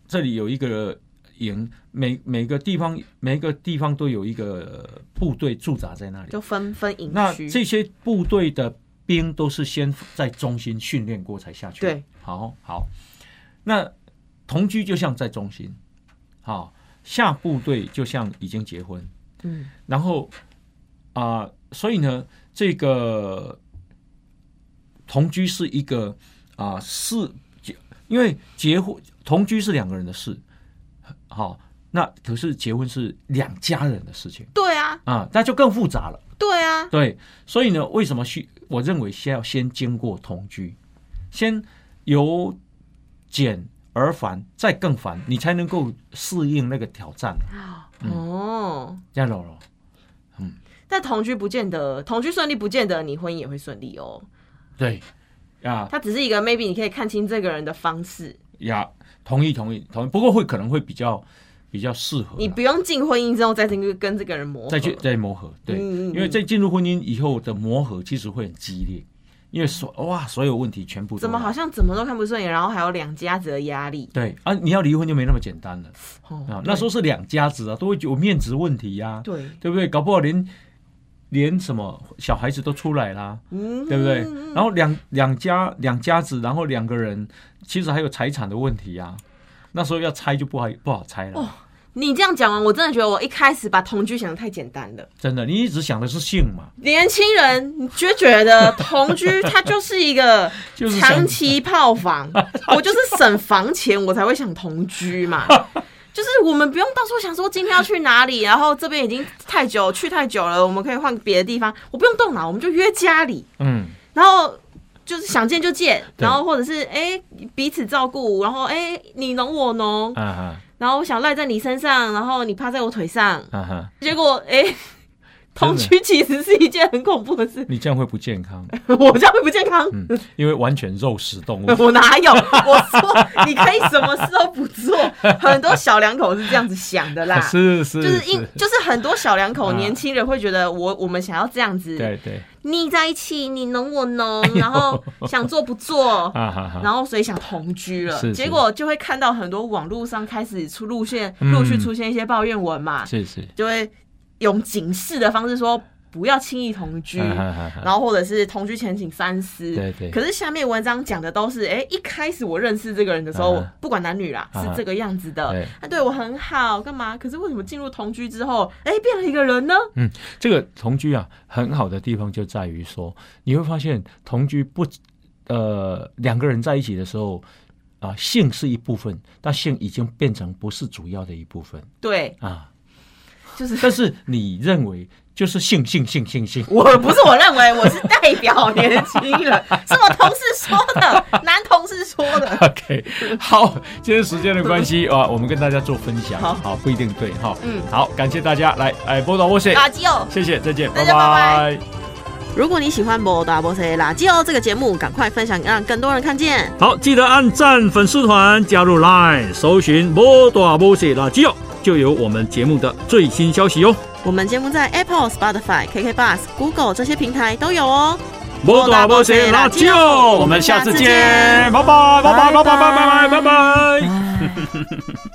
Speaker 2: 这里有一个营，每每个地方每个地方都有一个部队驻扎在那里。
Speaker 1: 就分分营
Speaker 2: 那
Speaker 1: 区。
Speaker 2: 这些部队的兵都是先在中心训练过才下去。
Speaker 1: 对，
Speaker 2: 好好。那同居就像在中心，好下部队就像已经结婚。
Speaker 1: 嗯
Speaker 2: 然后啊、所以呢，这个同居是一个啊、是结，因为结婚同居是两个人的事，好、那可是结婚是两家人的事情
Speaker 1: 对啊，
Speaker 2: 啊，那就更复杂了。
Speaker 1: 对啊，
Speaker 2: 对，所以呢，为什么需我认为先要先经过同居，先由简而繁，再更繁，你才能够适应那个挑战。嗯
Speaker 1: 哦。
Speaker 2: 这样懂了吗？
Speaker 1: 但同居不见得，同居顺利不见得你婚姻也会顺利哦。
Speaker 2: 对，啊，
Speaker 1: 它只是一个 maybe 你可以看清这个人的方式，
Speaker 2: 呀，同意同意同意，不过会可能会比较比较适合啦，啊
Speaker 1: 你不用进婚姻之后再这个跟这个人磨合。
Speaker 2: 再去再磨合，对，
Speaker 1: 嗯嗯嗯
Speaker 2: 因为在进入婚姻以后的磨合其实会很激烈，因为所哇所有问题全部都
Speaker 1: 嗯怎么
Speaker 2: 来
Speaker 1: 好像怎么都看不顺眼，然后还有两家子的压力。
Speaker 2: 对啊，你要离婚就没那么简单了
Speaker 1: 哦
Speaker 2: 啊，那时候是两家子啊，都会有面子问题呀、
Speaker 1: 对，对
Speaker 2: 对不对？搞不好连连什么小孩子都出来啦，
Speaker 1: 嗯
Speaker 2: 对不对？然后两两家两家子，然后两个人其实还有财产的问题呀、那时候要拆就不好不好拆了。
Speaker 1: 你这样讲完，我真的觉得我一开始把同居想的太简单了。
Speaker 2: 真的，你一直想的是性嘛？
Speaker 1: 年轻人，你就觉得同居它就是一个
Speaker 2: <laughs> 就是想
Speaker 1: 长期泡
Speaker 2: <laughs>
Speaker 1: 房，我就是省房钱，我才会想同居
Speaker 2: <laughs>
Speaker 1: 嘛。就是我们不用到处想说今天要去哪里，然后这边已经太久去太久了，我们可以换别的地方，我不用动脑，我们就约家里，
Speaker 2: 嗯，
Speaker 1: 然后就是想见就见，
Speaker 2: 对
Speaker 1: 然后或者是哎、彼此照顾，然后哎、你侬我侬，
Speaker 2: 啊哈，
Speaker 1: 然后我想赖在你身上，然后你趴在我腿上，
Speaker 2: 啊哈，
Speaker 1: 结果
Speaker 2: <laughs>
Speaker 1: 哎、同居其实是一件很恐怖的
Speaker 2: <laughs>
Speaker 1: 事，
Speaker 2: 你这样会不健康，
Speaker 1: 我这样会不健康。
Speaker 2: 嗯，因为完全肉食动物。。
Speaker 1: 我哪有？我说你可以什么事都不做，很多小两口是这样子想的 <laughs> 啦
Speaker 2: <laughs> 是是
Speaker 1: 就是因就是很多小两口
Speaker 2: 啊
Speaker 1: 年轻人会觉得我我们想要这样子
Speaker 2: 对哎对
Speaker 1: 腻在一起，你侬我侬，然后想做不做，
Speaker 2: 啊哈哈，
Speaker 1: 然后所以想同居了，
Speaker 2: 是是
Speaker 1: 结果就会看到很多网络上开始出路线，
Speaker 2: 嗯
Speaker 1: 陆续出现一些抱怨文嘛，
Speaker 2: 是是，
Speaker 1: 就会用警示的方式说不要轻易同居，
Speaker 2: 啊哈哈哈，
Speaker 1: 嗯然后或者是同居前请三思。
Speaker 2: 对对
Speaker 1: 可是下面文章讲的都是，哎、一开始我认识这个人的时候，
Speaker 2: 啊哈
Speaker 1: 我不管男女啦，
Speaker 2: 啊哈
Speaker 1: 是这个样子的
Speaker 2: 对，
Speaker 1: 他对我很好，干嘛？可是为什么进入同居之后，哎、变了一个人呢？
Speaker 2: 嗯，这个同居啊，很好的地方就在于说，你会发现同居不，呃，两个人在一起的时候。啊，性是一部分，但性已经变成不是主要的一部分
Speaker 1: 对，
Speaker 2: 啊。
Speaker 1: 就是
Speaker 2: 但是你认为就是性性性性性，
Speaker 1: 我 <laughs> 不是我认为，我是代表年轻
Speaker 2: <laughs>
Speaker 1: 人，是我同事说的，男同事说的。
Speaker 2: OK，好，今天时间的
Speaker 1: <laughs>
Speaker 2: 关系啊，我们跟大家做分享，
Speaker 1: 好
Speaker 2: 不一定对哈，
Speaker 1: 嗯
Speaker 2: 好，感谢大家来，哎，波导波谢，
Speaker 1: 垃圾哦！
Speaker 2: 谢谢，再见，
Speaker 1: 大家拜如果你喜欢《博达波塞垃圾哦》这个节目，赶快分享，让更多人看见。
Speaker 3: 好，记得按赞粉丝团，加入 Line，搜寻“摩大摩西垃圾哦”，就有我们节目的最新消息哦。
Speaker 1: 我们节目在 Apple、Spotify、KK Bus、Google 这些平台都有哦。
Speaker 3: 摩大摩西垃圾哦，我们下次见，拜拜拜拜拜拜拜拜拜拜。
Speaker 2: 拜。